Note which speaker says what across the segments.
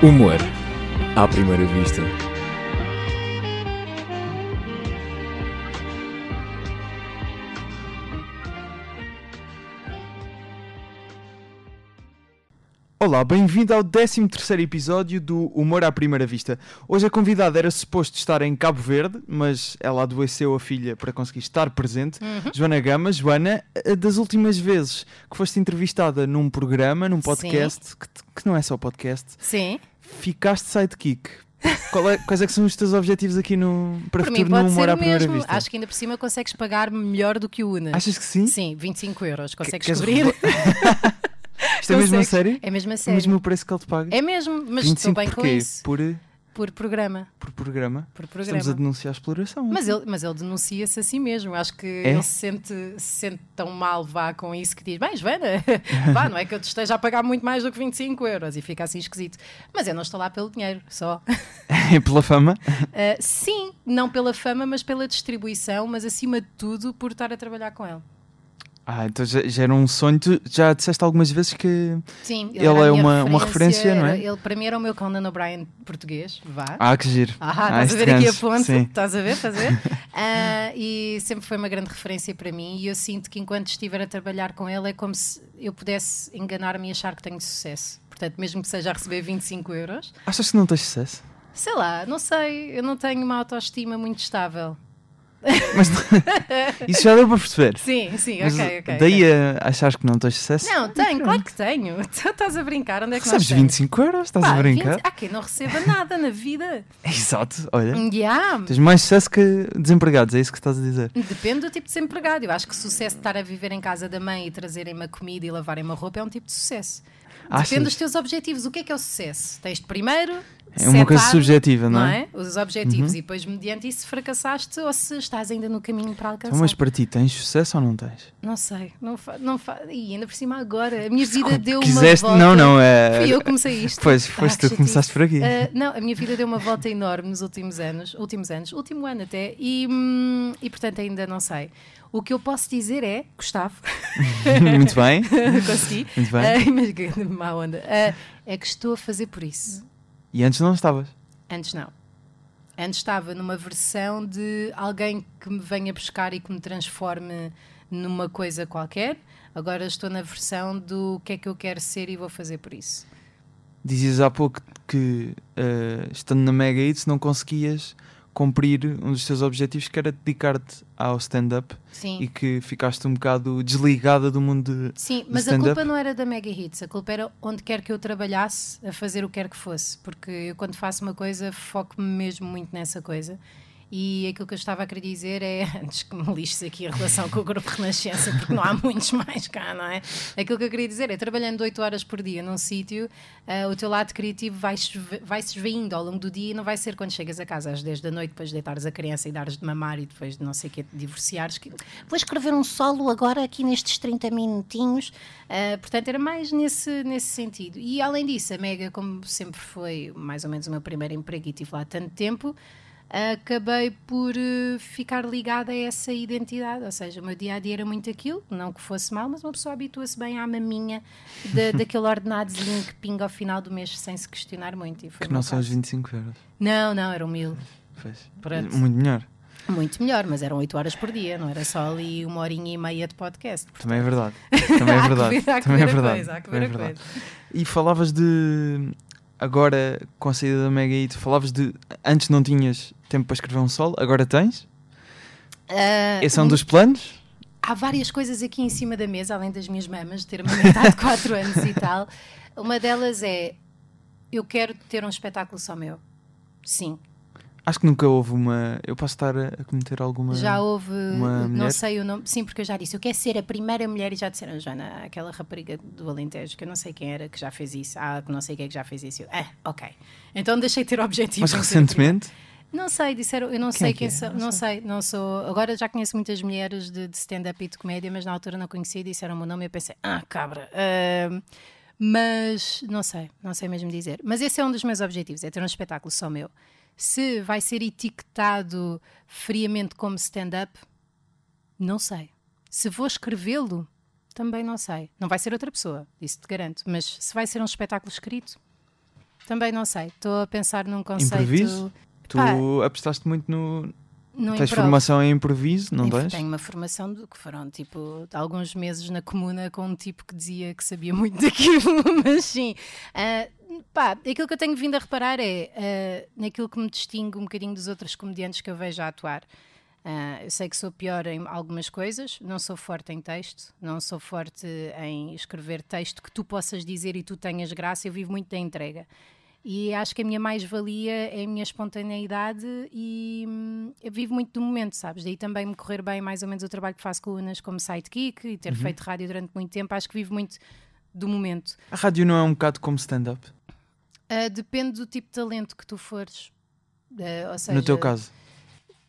Speaker 1: Humor à primeira vista.
Speaker 2: Olá, bem-vindo ao 13º episódio do Humor à Primeira Vista. Hoje a convidada era suposto estar em Cabo Verde, mas ela adoeceu a filha para conseguir estar presente.
Speaker 3: Uhum.
Speaker 2: Joana Gama, Joana, eh, das últimas vezes que foste entrevistada num programa, num podcast, que, t- que não é só podcast,
Speaker 3: Sim,
Speaker 2: ficaste sidekick. Qual é- quais é que são os teus objetivos aqui no, para
Speaker 3: por mim
Speaker 2: futuro no
Speaker 3: pode
Speaker 2: Humor
Speaker 3: ser
Speaker 2: à
Speaker 3: o
Speaker 2: Primeira
Speaker 3: mesmo.
Speaker 2: Vista?
Speaker 3: Acho que ainda por cima consegues pagar melhor do que o UNA.
Speaker 2: Achas que sim?
Speaker 3: Sim, 25 euros. Consegues
Speaker 2: queres
Speaker 3: cobrir?
Speaker 2: Isto é mesmo a
Speaker 3: Consegues.
Speaker 2: sério?
Speaker 3: É mesmo a
Speaker 2: O
Speaker 3: sério.
Speaker 2: mesmo preço que ele te paga?
Speaker 3: É mesmo, mas
Speaker 2: 25
Speaker 3: estou bem com
Speaker 2: porquê?
Speaker 3: isso.
Speaker 2: Por,
Speaker 3: Por programa.
Speaker 2: por programa?
Speaker 3: Por programa.
Speaker 2: Estamos a denunciar a exploração.
Speaker 3: Mas ele, mas ele denuncia-se a si mesmo. Acho que
Speaker 2: É?
Speaker 3: ele se sente, se sente tão mal vá com isso que diz: Bem, Joana, vá, não é que eu te esteja a pagar muito mais do que 25 euros e fica assim esquisito. Mas eu não estou lá pelo dinheiro, só.
Speaker 2: É pela fama.
Speaker 3: Ah, sim, não pela fama, mas pela distribuição, mas acima de tudo por estar a trabalhar com ele.
Speaker 2: Ah, então já, já era um sonho. Tu já disseste algumas vezes que.
Speaker 3: Sim,
Speaker 2: Ele
Speaker 3: era a
Speaker 2: é
Speaker 3: minha
Speaker 2: uma- uma referência, não é?
Speaker 3: era- Ele para mim era o meu Conan O'Brien português, vá.
Speaker 2: Ah, que giro.
Speaker 3: Ah, estás
Speaker 2: este
Speaker 3: a ver aqui a
Speaker 2: ganso.
Speaker 3: ponte?
Speaker 2: Sim.
Speaker 3: Estás a ver? Estás a ver? Ah, e sempre foi uma grande referência para mim. E eu sinto que enquanto estiver a trabalhar com ele é como se eu pudesse enganar-me e achar que tenho sucesso. Portanto, mesmo que seja a receber 25 euros,
Speaker 2: Achas que não tens sucesso?
Speaker 3: sei lá, não sei, eu não tenho uma autoestima muito estável.
Speaker 2: Mas isso já deu para perceber.
Speaker 3: Sim, sim,
Speaker 2: Mas
Speaker 3: ok, ok.
Speaker 2: daí
Speaker 3: ok.
Speaker 2: a achares que não tens sucesso?
Speaker 3: Não, tenho, claro que tenho. Tu estás a brincar, onde é que nós
Speaker 2: Recebes
Speaker 3: temos?
Speaker 2: 25 euros? Estás
Speaker 3: Pá,
Speaker 2: a brincar?
Speaker 3: 20 Há quem não receba nada na vida.
Speaker 2: Exato,
Speaker 3: Hum.
Speaker 2: olha.
Speaker 3: Yeah.
Speaker 2: Tens mais sucesso que desempregados, é isso que estás a dizer.
Speaker 3: Depende do tipo de desempregado. Eu acho que o sucesso de estar a viver em casa da mãe e trazerem-me a comida e lavarem-me a roupa é um tipo de sucesso.
Speaker 2: Achas?
Speaker 3: Depende dos teus objetivos. O que é que é o sucesso? Tens de primeiro.
Speaker 2: É uma coisa
Speaker 3: setar,
Speaker 2: subjetiva, não é?
Speaker 3: Os objetivos e depois, mediante isso, fracassaste ou se estás ainda no caminho para alcançar.
Speaker 2: Então, mas para ti, tens sucesso ou não tens?
Speaker 3: Não sei. Não fa... não fa... E ainda por cima, agora. A minha vida
Speaker 2: Desculpe,
Speaker 3: deu
Speaker 2: quiseste-
Speaker 3: uma.
Speaker 2: não,
Speaker 3: Volta...
Speaker 2: não, é-
Speaker 3: Fui eu que comecei isto.
Speaker 2: Pois, foste
Speaker 3: que
Speaker 2: tu que começaste
Speaker 3: chatice.
Speaker 2: por aqui.
Speaker 3: Ah, não, a minha vida deu uma volta enorme nos últimos anos, últimos anos, último ano até, e, hum, e portanto ainda não sei. O que eu posso dizer é, Gustavo, Ah.
Speaker 2: Muito bem.
Speaker 3: consegui,
Speaker 2: Muito bem.
Speaker 3: Ah, mas que má onda, Ah, é que estou a fazer por isso.
Speaker 2: E antes não estavas.
Speaker 3: Antes não. Antes estava numa versão de alguém que me venha buscar e que me transforme numa coisa qualquer. Agora estou na versão do que é que eu quero ser e vou fazer por isso.
Speaker 2: Dizias há pouco que eh, estando na Mega Hits não conseguias cumprir um dos teus objetivos que era dedicar-te ao stand-up
Speaker 3: Sim.
Speaker 2: e que ficaste um bocado desligada do mundo de...
Speaker 3: Sim,
Speaker 2: do
Speaker 3: mas a
Speaker 2: stand-up?
Speaker 3: culpa não era da Mega Hits, a culpa era onde quer que eu trabalhasse, a fazer o que quer que fosse, porque eu quando faço uma coisa foco-me mesmo muito nessa coisa. E aquilo que eu estava a querer dizer é, antes que me lixes aqui a relação com o Grupo Renascença, porque não há muitos mais cá, não é? Aquilo que eu queria dizer é, trabalhando 8 horas por dia num sítio, ah, o teu lado criativo vai se esve- vai se esvaindo ao longo do dia e não vai ser quando chegas a casa às 10 da noite, depois de deitares a criança e dares de mamar e depois de não sei o que, te divorciares. que-
Speaker 4: Vou escrever um solo agora aqui nestes 30 minutinhos.
Speaker 3: Uh, portanto, era mais nesse, nesse sentido. E além disso, a Mega, como sempre foi mais ou menos o meu primeiro emprego e tive lá tanto tempo, acabei por uh, ficar ligada a essa identidade. Ou seja, o meu dia a dia era muito aquilo, não que fosse mal, mas uma pessoa habitua-se bem à maminha da- daquele ordenadozinho que pinga ao final do mês sem se questionar muito. E foi
Speaker 2: que
Speaker 3: o meu
Speaker 2: não são os
Speaker 3: caso.
Speaker 2: 25 euros.
Speaker 3: Não, não, eram mil.
Speaker 2: Pois.
Speaker 3: Pronto.
Speaker 2: Muito melhor.
Speaker 3: Muito melhor, mas eram oito horas por dia, não era só ali uma horinha e meia de podcast.
Speaker 2: Também é verdade. Também é
Speaker 3: Há que
Speaker 2: verdade.
Speaker 3: ver- há que
Speaker 2: Também é
Speaker 3: ver a
Speaker 2: verdade.
Speaker 3: coisa, há que
Speaker 2: Também
Speaker 3: ver a
Speaker 2: é verdade. E falavas de agora com a saída da Mega Hits, falavas de antes não tinhas tempo para escrever um solo, agora tens?
Speaker 3: Ah,
Speaker 2: Esse é um dos planos?
Speaker 3: há várias coisas aqui em cima da mesa, além das minhas mamas, de ter amamentado 4 anos e tal. Uma delas é: eu quero ter um espetáculo só meu. Sim,
Speaker 2: Acho que nunca houve uma. Eu posso estar a a cometer alguma.
Speaker 3: já houve,
Speaker 2: uma
Speaker 3: não
Speaker 2: mulher?
Speaker 3: sei o nome, sim, porque eu já disse, eu quero ser a primeira mulher, e já disseram, Joana, aquela rapariga do Alentejo, que eu não sei quem era que já fez isso, ah, que não sei quem é que já fez isso. Eu, ah, ok. Então deixei de ter objetivo.
Speaker 2: Mas
Speaker 3: em ser a primeira.
Speaker 2: recentemente?
Speaker 3: Não sei, disseram, eu
Speaker 2: Quem
Speaker 3: não
Speaker 2: é
Speaker 3: sei
Speaker 2: que
Speaker 3: quem
Speaker 2: é?
Speaker 3: são, não sei, não sou. Agora já conheço muitas mulheres de, de stand-up e de comédia, mas na altura não conhecia, disseram o meu nome e eu pensei, ah, cabra. ahm, mas não sei, não sei mesmo dizer. Mas esse é um dos meus objetivos, é ter um espetáculo só meu. Se vai ser etiquetado friamente como stand-up, não sei. Se vou escrevê-lo, também não sei. Não vai ser outra pessoa, isso te garanto. Mas se vai ser um espetáculo escrito, Também não sei. Estou a pensar num conceito.
Speaker 2: Improviso? Tu
Speaker 3: Pá.
Speaker 2: apostaste muito no.
Speaker 3: No
Speaker 2: Tens
Speaker 3: improv.
Speaker 2: formação em improviso, não
Speaker 3: Enfim,
Speaker 2: tens?
Speaker 3: Tipo, Tenho uma formação de, que foram tipo de alguns meses na comuna com um tipo que dizia que sabia muito daquilo, mas sim. Ah, pá, aquilo que eu tenho vindo a reparar é ah, naquilo que me distingue um bocadinho dos outros comediantes que eu vejo a atuar. Ah, eu sei que sou pior em algumas coisas, não sou forte em texto, não sou forte em escrever texto que tu possas dizer e tu tenhas graça, eu vivo muito da entrega. E acho que a minha mais-valia é a minha espontaneidade e hum, eu vivo muito do momento, sabes? Daí também me correr bem mais ou menos o trabalho que faço com o Unas como sidekick e
Speaker 2: Uhum.
Speaker 3: ter feito rádio durante muito tempo. Acho que vivo muito do momento.
Speaker 2: A rádio não é um bocado como stand-up,
Speaker 3: Ah, depende do tipo de talento que tu fores. Ah, ou seja,
Speaker 2: no teu caso.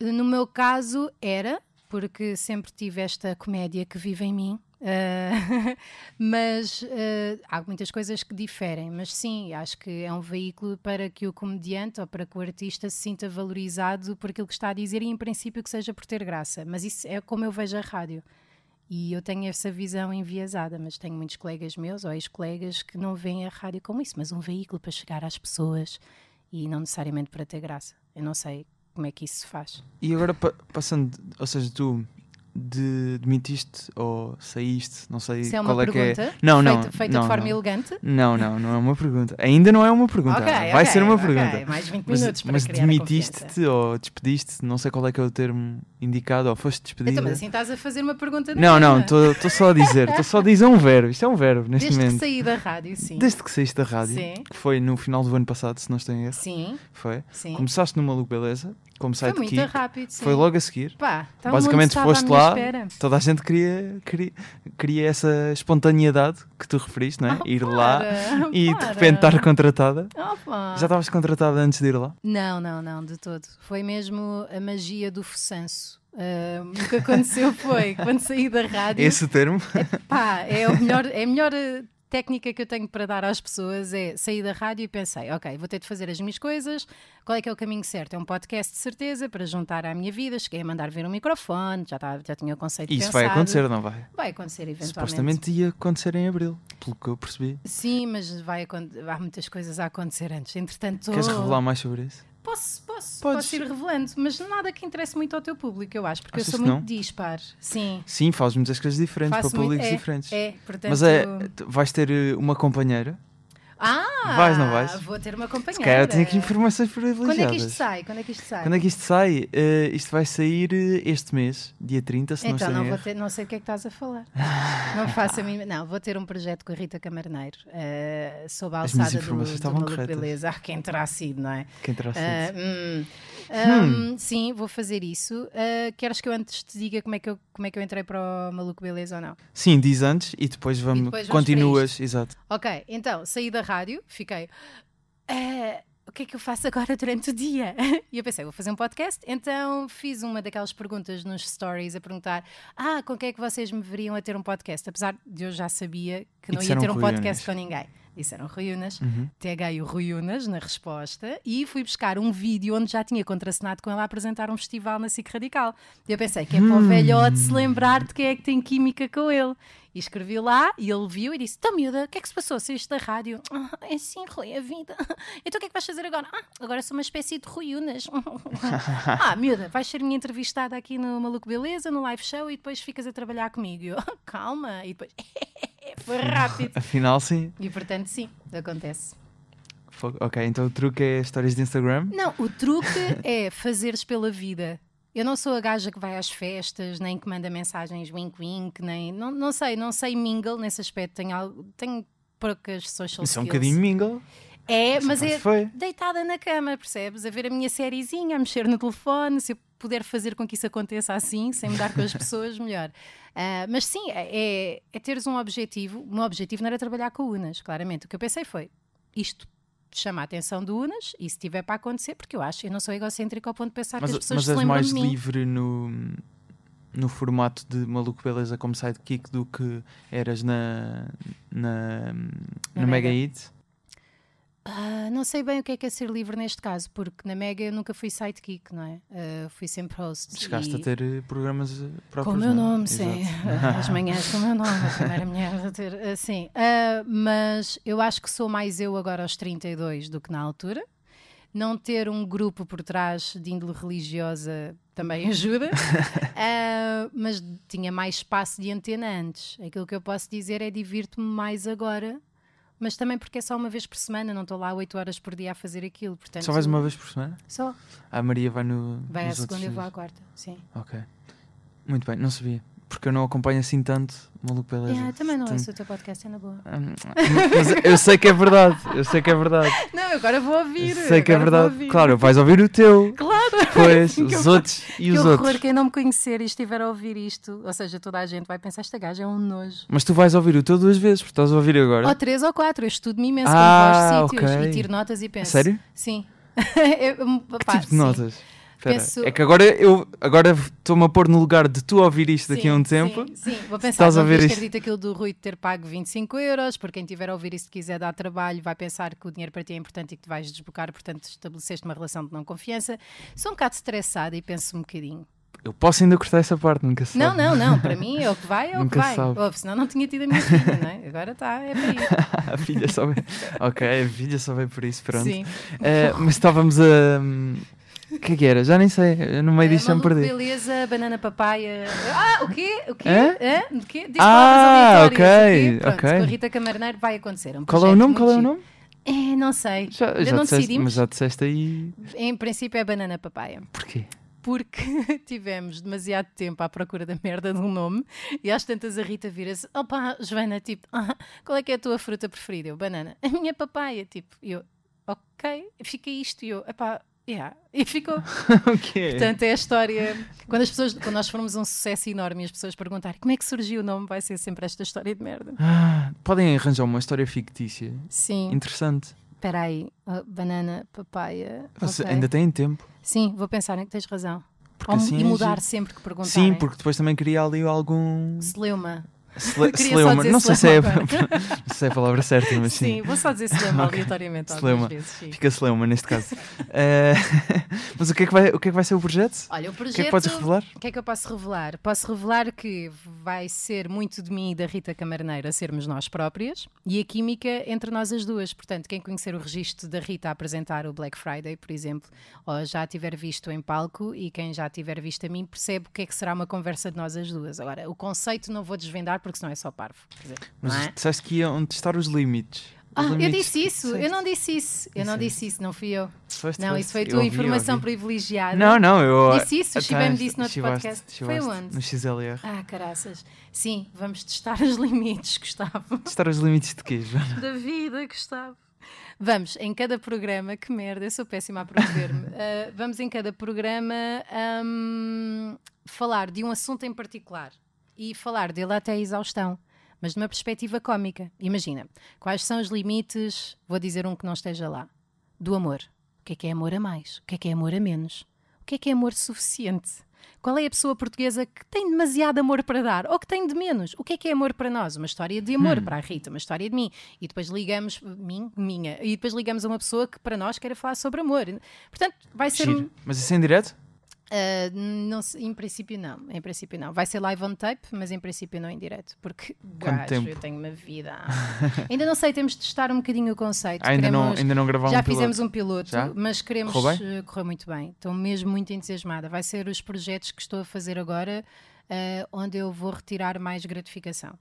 Speaker 3: no meu caso era, porque sempre tive esta comédia que vive em mim. Ah, mas ah, há muitas coisas que diferem, mas sim, acho que é um veículo para que o comediante ou para que o artista se sinta valorizado por aquilo que está a dizer e, em princípio, que seja por ter graça. Mas isso é como eu vejo a rádio. E eu tenho essa visão enviesada, mas tenho muitos colegas meus ou ex-colegas que não veem a rádio como isso, mas um veículo para chegar às pessoas e não necessariamente para ter graça. Eu não sei como é que isso se faz.
Speaker 2: E agora pa- passando, de- ou seja, tu de, demitiste ou saíste, não sei
Speaker 3: Isso é uma
Speaker 2: qual é que
Speaker 3: pergunta
Speaker 2: é. Não, não,
Speaker 3: feita, feita
Speaker 2: não,
Speaker 3: de forma
Speaker 2: não.
Speaker 3: elegante.
Speaker 2: Não, não, não é uma pergunta. Ainda não é uma pergunta.
Speaker 3: Ok,
Speaker 2: Vai
Speaker 3: ok,
Speaker 2: ser uma
Speaker 3: ok.
Speaker 2: pergunta.
Speaker 3: Mais 20
Speaker 2: Mas,
Speaker 3: minutos para
Speaker 2: mas
Speaker 3: criar a confiança.
Speaker 2: demitiste-te ou despediste-te, não sei qual é que é o termo indicado, ou foste despedida.
Speaker 3: Então, mas assim estás a fazer uma pergunta de
Speaker 2: não, não,
Speaker 3: mesma.
Speaker 2: estou só a dizer, estou só a dizer um verbo, isto é um verbo neste
Speaker 3: Desde que
Speaker 2: momento.
Speaker 3: saí da rádio, sim.
Speaker 2: Desde que saíste da rádio,
Speaker 3: Sim.
Speaker 2: que foi no final do ano passado, se não estou em erro,
Speaker 3: Sim,
Speaker 2: foi.
Speaker 3: sim.
Speaker 2: Começaste no Maluco Beleza, como
Speaker 3: Foi
Speaker 2: sidekick,
Speaker 3: muito rápido, sim.
Speaker 2: foi logo a seguir.
Speaker 3: Pá, então o
Speaker 2: Basicamente
Speaker 3: mundo estava à
Speaker 2: foste
Speaker 3: minha
Speaker 2: lá,
Speaker 3: espera.
Speaker 2: toda a gente queria, queria, queria essa espontaneidade que tu referiste, não é? Ir lá
Speaker 3: Ah, Para,
Speaker 2: e de
Speaker 3: para. Ah.
Speaker 2: repente estar contratada.
Speaker 3: Opa.
Speaker 2: Já estavas contratada antes de ir lá?
Speaker 3: Oh, Não, não, não, de todo. Foi mesmo a magia do fuçanço. Ah, o que aconteceu foi, quando saí da rádio...
Speaker 2: Esse termo?
Speaker 3: Pá, é o melhor, é a melhor eh, técnica que eu tenho para dar às pessoas é sair da rádio e pensei, ok, vou ter de fazer as minhas coisas, qual é que é o caminho certo? É um podcast de certeza para juntar à minha vida, cheguei a mandar ver um microfone, já, estava- já tinha o conceito
Speaker 2: Isso
Speaker 3: pensado.
Speaker 2: vai acontecer, não vai?
Speaker 3: Vai acontecer eventualmente.
Speaker 2: Supostamente ia acontecer em abril, pelo que eu percebi.
Speaker 3: Sim, mas vai, acon- há muitas coisas a acontecer antes. Entretanto,
Speaker 2: Queres
Speaker 3: oh,
Speaker 2: revelar mais sobre isso?
Speaker 3: Posso, posso,
Speaker 2: Podes.
Speaker 3: posso ir revelando, mas nada que interesse muito ao teu público, eu acho, porque
Speaker 2: Achas
Speaker 3: eu sou
Speaker 2: que não?
Speaker 3: muito dispar. Sim.
Speaker 2: Sim, faz muitas coisas diferentes
Speaker 3: faço
Speaker 2: para
Speaker 3: muito-
Speaker 2: públicos
Speaker 3: é,
Speaker 2: diferentes.
Speaker 3: É, portanto.
Speaker 2: Mas é, tu vais ter eh, uma companheira?
Speaker 3: Ah!
Speaker 2: Vais, não vais?
Speaker 3: Vou ter uma companheira.
Speaker 2: Se calhar eu tenho aqui informações privilegiadas.
Speaker 3: Quando é que isto sai? Quando é que isto sai?
Speaker 2: Quando é que isto sai? Eh, isto vai sair eh, este mês, dia 30, se
Speaker 3: Então,
Speaker 2: não
Speaker 3: não,
Speaker 2: estou em
Speaker 3: vou
Speaker 2: erro.
Speaker 3: ter, não sei do que é que estás a falar. não faço a mim. Não, vou ter um projeto com a Rita Camarneiro eh, sob a
Speaker 2: As minhas
Speaker 3: alçada do,
Speaker 2: informações
Speaker 3: do
Speaker 2: estavam
Speaker 3: Maluco
Speaker 2: corretas.
Speaker 3: Beleza. Ah, quem terá sido, não é?
Speaker 2: Quem terá sido?
Speaker 3: Ah, hum.
Speaker 2: Hum.
Speaker 3: Ahm, Sim, vou fazer isso. Ah, queres que eu antes te diga como é que eu, como é que eu entrei para o Maluco Beleza ou não?
Speaker 2: Sim, diz antes e depois vamos.
Speaker 3: E depois vamos
Speaker 2: continuas, exato.
Speaker 3: Ok, então saí da rádio, fiquei. "Ah, o que é que eu faço agora durante o dia? E eu pensei, vou fazer um podcast. Então fiz uma daquelas perguntas nos stories a perguntar: Ah, com quem é que vocês me veriam a ter um podcast? Apesar de eu já sabia que
Speaker 2: E
Speaker 3: não ia
Speaker 2: disseram
Speaker 3: ter um
Speaker 2: Rui
Speaker 3: podcast
Speaker 2: Unas.
Speaker 3: com ninguém. Disseram Rui Unas, THI o Rui Unas na resposta e fui buscar um vídeo onde já tinha contracenado com ela a apresentar um festival na SIC Radical. E eu pensei que é para o velhote se lembrar de quem é que tem química com ele. E escrevi lá e ele viu e disse: Então, miúda, o que é que se passou? Saíste da rádio? Ah, é assim, Rui, a vida. Então o que é que vais fazer agora? Ah, agora sou uma espécie de Rui Unas. ah, miúda, vais ser minha entrevistada aqui no Maluco Beleza, no live show e depois ficas a trabalhar comigo. E eu, "Ah, calma. E depois, "É, foi rápido.
Speaker 2: Afinal, sim.
Speaker 3: E portanto, sim, acontece.
Speaker 2: Fogo. Ok, então o truque é histórias de Instagram.
Speaker 3: Não, o truque é fazeres pela vida. Eu não sou a gaja que vai às festas, nem que manda mensagens wink wink, nem. Não, não sei, não sei mingle nesse aspecto. Tenho, algo, tenho poucas social
Speaker 2: Isso é um
Speaker 3: skills.
Speaker 2: bocadinho mingle.
Speaker 3: É,
Speaker 2: Isso
Speaker 3: mas
Speaker 2: quase
Speaker 3: é
Speaker 2: foi.
Speaker 3: deitada na cama, percebes? A ver a minha sériezinha, a mexer no telefone, se eu puder fazer com que isso aconteça assim, sem mudar com as pessoas, melhor. Ah, mas sim, é, é teres um objetivo. O meu objetivo não era trabalhar com o Unas, claramente. O que eu pensei foi, isto chama a atenção do Unas, e se tiver para acontecer, porque eu acho, eu não sou egocêntrica ao ponto de pensar
Speaker 2: Mas,
Speaker 3: que as pessoas
Speaker 2: mas
Speaker 3: se
Speaker 2: és
Speaker 3: lembram
Speaker 2: mais
Speaker 3: de mim.
Speaker 2: livre no, no formato de Maluco Beleza como sidekick do que eras na, na, na,
Speaker 3: Na
Speaker 2: Mega
Speaker 3: Mega.
Speaker 2: Hit.
Speaker 3: Ah, não sei bem o que é que é ser livre neste caso, porque na Mega eu nunca fui sidekick, não é? Ah, fui sempre host.
Speaker 2: Chegaste
Speaker 3: e-
Speaker 2: a ter eh, programas eh, próprios.
Speaker 3: com o meu
Speaker 2: não é?
Speaker 3: nome, sim.
Speaker 2: Exato.
Speaker 3: As manhãs com o meu nome, a primeira mulher a ter. eh, Sim. Ah, mas eu acho que sou mais eu agora aos 32 do que na altura. Não ter um grupo por trás de índole religiosa também ajuda, Ah, mas tinha mais espaço de antena antes. Aquilo que eu posso dizer é divirto-me mais agora, mas também porque é só uma vez por semana, não estou lá 8 horas por dia a fazer aquilo. Portanto,
Speaker 2: Só vais uma vez por semana?
Speaker 3: Só.
Speaker 2: A Maria vai no.
Speaker 3: Vai à
Speaker 2: nos outros
Speaker 3: segunda e eu vou à
Speaker 2: dias.
Speaker 3: quarta. Sim.
Speaker 2: Ok. Muito bem, não sabia. Porque eu não acompanho assim tanto, maluco beleza.
Speaker 3: Yeah, Ah, também não
Speaker 2: Portanto,
Speaker 3: ouço o teu podcast, é na boa.
Speaker 2: hum, Mas eu sei que é verdade, eu sei que é verdade.
Speaker 3: Não, agora vou ouvir.
Speaker 2: Eu sei que é
Speaker 3: agora vou
Speaker 2: verdade.
Speaker 3: ouvir.
Speaker 2: Claro, vais ouvir o teu.
Speaker 3: Claro.
Speaker 2: Pois,
Speaker 3: Que
Speaker 2: os
Speaker 3: horror.
Speaker 2: outros e
Speaker 3: que
Speaker 2: os
Speaker 3: horror,
Speaker 2: outros.
Speaker 3: quem não me conhecer e estiver a ouvir isto, ou seja, toda a gente vai pensar, esta gaja é Oh, um nojo.
Speaker 2: Mas tu vais ouvir o teu duas vezes, porque estás a ouvir agora.
Speaker 3: Ou três ou quatro, eu estudo-me imenso
Speaker 2: Ah,
Speaker 3: com os sítios
Speaker 2: ok.
Speaker 3: e tiro notas e penso.
Speaker 2: Sério?
Speaker 3: Sim. Eu, hum,
Speaker 2: Que
Speaker 3: pá,
Speaker 2: tipo de
Speaker 3: sim.
Speaker 2: notas? Espera,
Speaker 3: Penso-
Speaker 2: É que agora eu agora estou-me a pôr no lugar de tu ouvir isto daqui a um
Speaker 3: Sim,
Speaker 2: tempo.
Speaker 3: Sim, sim. vou pensar,
Speaker 2: Estás a
Speaker 3: não
Speaker 2: ver
Speaker 3: devias ter
Speaker 2: isto.
Speaker 3: dito aquilo do Rui de ter pago 25 euros, por quem tiver a ouvir isso quiser dar trabalho, vai pensar que o dinheiro para ti é importante e que te vais desbocar, portanto estabeleceste uma relação de não confiança. Sou um bocado estressada e penso um bocadinho.
Speaker 2: Eu posso ainda cortar essa parte, nunca sei.
Speaker 3: Não, não, não, para mim é o que vai, é o que
Speaker 2: Nunca
Speaker 3: vai.
Speaker 2: sabe.
Speaker 3: Ouve, senão não tinha tido a minha filha, não é? Agora está, é para ir.
Speaker 2: a filha só vem. Ok, a filha só vem por isso, pronto.
Speaker 3: Sim.
Speaker 2: Eh, mas estávamos a. O que é que era? Já nem sei. eu No meio
Speaker 3: É,
Speaker 2: disto já me
Speaker 3: maluco,
Speaker 2: perdi.
Speaker 3: beleza, banana papaya. Ah, o quê? O quê?
Speaker 2: Hã?
Speaker 3: Hã? O quê? Diz
Speaker 2: Ah,
Speaker 3: palavras aleatórias,
Speaker 2: ok,
Speaker 3: o quê? Pronto,
Speaker 2: ok.
Speaker 3: Com a Rita Camarneiro vai acontecer. um
Speaker 2: Qual é o
Speaker 3: projeto
Speaker 2: nome?
Speaker 3: muito
Speaker 2: Qual é o
Speaker 3: giro.
Speaker 2: nome?
Speaker 3: É, não sei.
Speaker 2: Já,
Speaker 3: Ainda
Speaker 2: já disseste,
Speaker 3: não
Speaker 2: mas
Speaker 3: decidimos.
Speaker 2: já disseste aí.
Speaker 3: Em princípio é banana papaya.
Speaker 2: Porquê?
Speaker 3: Porque tivemos demasiado tempo à procura da merda de um nome e às tantas a Rita vira-se: opa, Joana, tipo, "Ah, qual é que é a tua fruta preferida? Eu, banana. A minha papaya, tipo, e eu, ok, fica isto. E eu, epá, yeah. E
Speaker 2: É.
Speaker 3: ficou.
Speaker 2: O quê?
Speaker 3: Portanto, é a história. Quando, as pessoas, quando nós formos um sucesso enorme e as pessoas perguntarem como é que surgiu o nome, vai ser sempre esta história de merda.
Speaker 2: Ah, podem arranjar uma história fictícia.
Speaker 3: Sim,
Speaker 2: Interessante.
Speaker 3: espera aí. Ah, banana, papaya.
Speaker 2: Você
Speaker 3: ok.
Speaker 2: ainda têm tempo.
Speaker 3: Sim, vou pensar em que tens razão.
Speaker 2: Porque
Speaker 3: Ou-
Speaker 2: assim
Speaker 3: e
Speaker 2: é
Speaker 3: mudar
Speaker 2: giro.
Speaker 3: sempre que perguntarem.
Speaker 2: Sim, porque depois também queria ali algum.
Speaker 3: Celeuma.
Speaker 2: Sle-
Speaker 3: Eu queria só
Speaker 2: Celeuma.
Speaker 3: dizer
Speaker 2: Não sei se é a,
Speaker 3: celeuma
Speaker 2: não sei é a palavra certa, mas sim.
Speaker 3: Sim, vou só dizer celeuma
Speaker 2: Ok.
Speaker 3: aleatoriamente algumas
Speaker 2: Celeuma.
Speaker 3: vezes. sim.
Speaker 2: Fica Celeuma neste caso. Eh, mas o que, é que vai, o que é que vai ser o projeto?
Speaker 3: Olha, o
Speaker 2: O
Speaker 3: projeto.
Speaker 2: que é que podes revelar?
Speaker 3: O que é que eu posso revelar? Posso revelar que vai ser muito de mim e da Rita Camarneiro a sermos nós próprias e a química entre nós as duas. Portanto, quem conhecer o registro da Rita a apresentar o Black Friday, por exemplo, ou já tiver visto em palco e quem já tiver visto a mim percebe o que é que será uma conversa de nós as duas. Agora, o conceito não vou desvendar porque senão é só parvo. Quer dizer,
Speaker 2: Mas
Speaker 3: não é?
Speaker 2: disseste que iam testar os limites. Os
Speaker 3: Ah, eu
Speaker 2: limites.
Speaker 3: disse isso, eu não disse isso, eu não
Speaker 2: Disseste.
Speaker 3: disse isso, não fui eu.
Speaker 2: Foste,
Speaker 3: Não,
Speaker 2: foste.
Speaker 3: isso foi a
Speaker 2: Eu
Speaker 3: tua
Speaker 2: ouvi, eu
Speaker 3: informação
Speaker 2: ouvi.
Speaker 3: privilegiada.
Speaker 2: Não, não, eu.
Speaker 3: Disse isso, o
Speaker 2: Ah,
Speaker 3: Chibé me
Speaker 2: tens-
Speaker 3: disse noutro
Speaker 2: chivaste-
Speaker 3: podcast.
Speaker 2: chivaste
Speaker 3: Foi onde?
Speaker 2: No XLR.
Speaker 3: Ah, caraças. Sim, vamos testar os limites, Gustavo.
Speaker 2: Testar os limites de quê, Joana?
Speaker 3: Da vida, Gustavo. Vamos, em cada programa, que merda, eu sou péssima a promover-me. Ah, vamos em cada programa ahm, falar de um assunto em particular e falar dele até a exaustão, mas numa perspectiva cómica. Imagina, quais são os limites, vou dizer um que não esteja lá, do amor. O que é que é amor a mais? O que é que é amor a menos? O que é que é amor suficiente? Qual é a pessoa portuguesa que tem demasiado amor para dar ou que tem de menos? O que é que é amor para nós? Uma história de amor para a Rita, uma história de mim. E depois ligamos, mim, minha, e depois ligamos a uma pessoa que para nós queira falar sobre amor. Portanto, vai ser. um-
Speaker 2: Giro. Mas isso é em direto?
Speaker 3: ah, não sei, em princípio não, em princípio não. Vai ser live on tape, mas em princípio não em direto, porque gajo,
Speaker 2: tempo?
Speaker 3: eu tenho uma vida. ainda não sei, temos de testar um bocadinho o conceito.
Speaker 2: Ah, ainda, não,
Speaker 3: Queremos-
Speaker 2: ainda não gravámos
Speaker 3: já
Speaker 2: um piloto.
Speaker 3: fizemos um piloto,
Speaker 2: Já?
Speaker 3: mas queremos
Speaker 2: Correu bem?
Speaker 3: eh, correu muito bem. Estou mesmo muito entusiasmada. Vai ser os projetos que estou a fazer agora eh, onde eu vou retirar mais gratificação.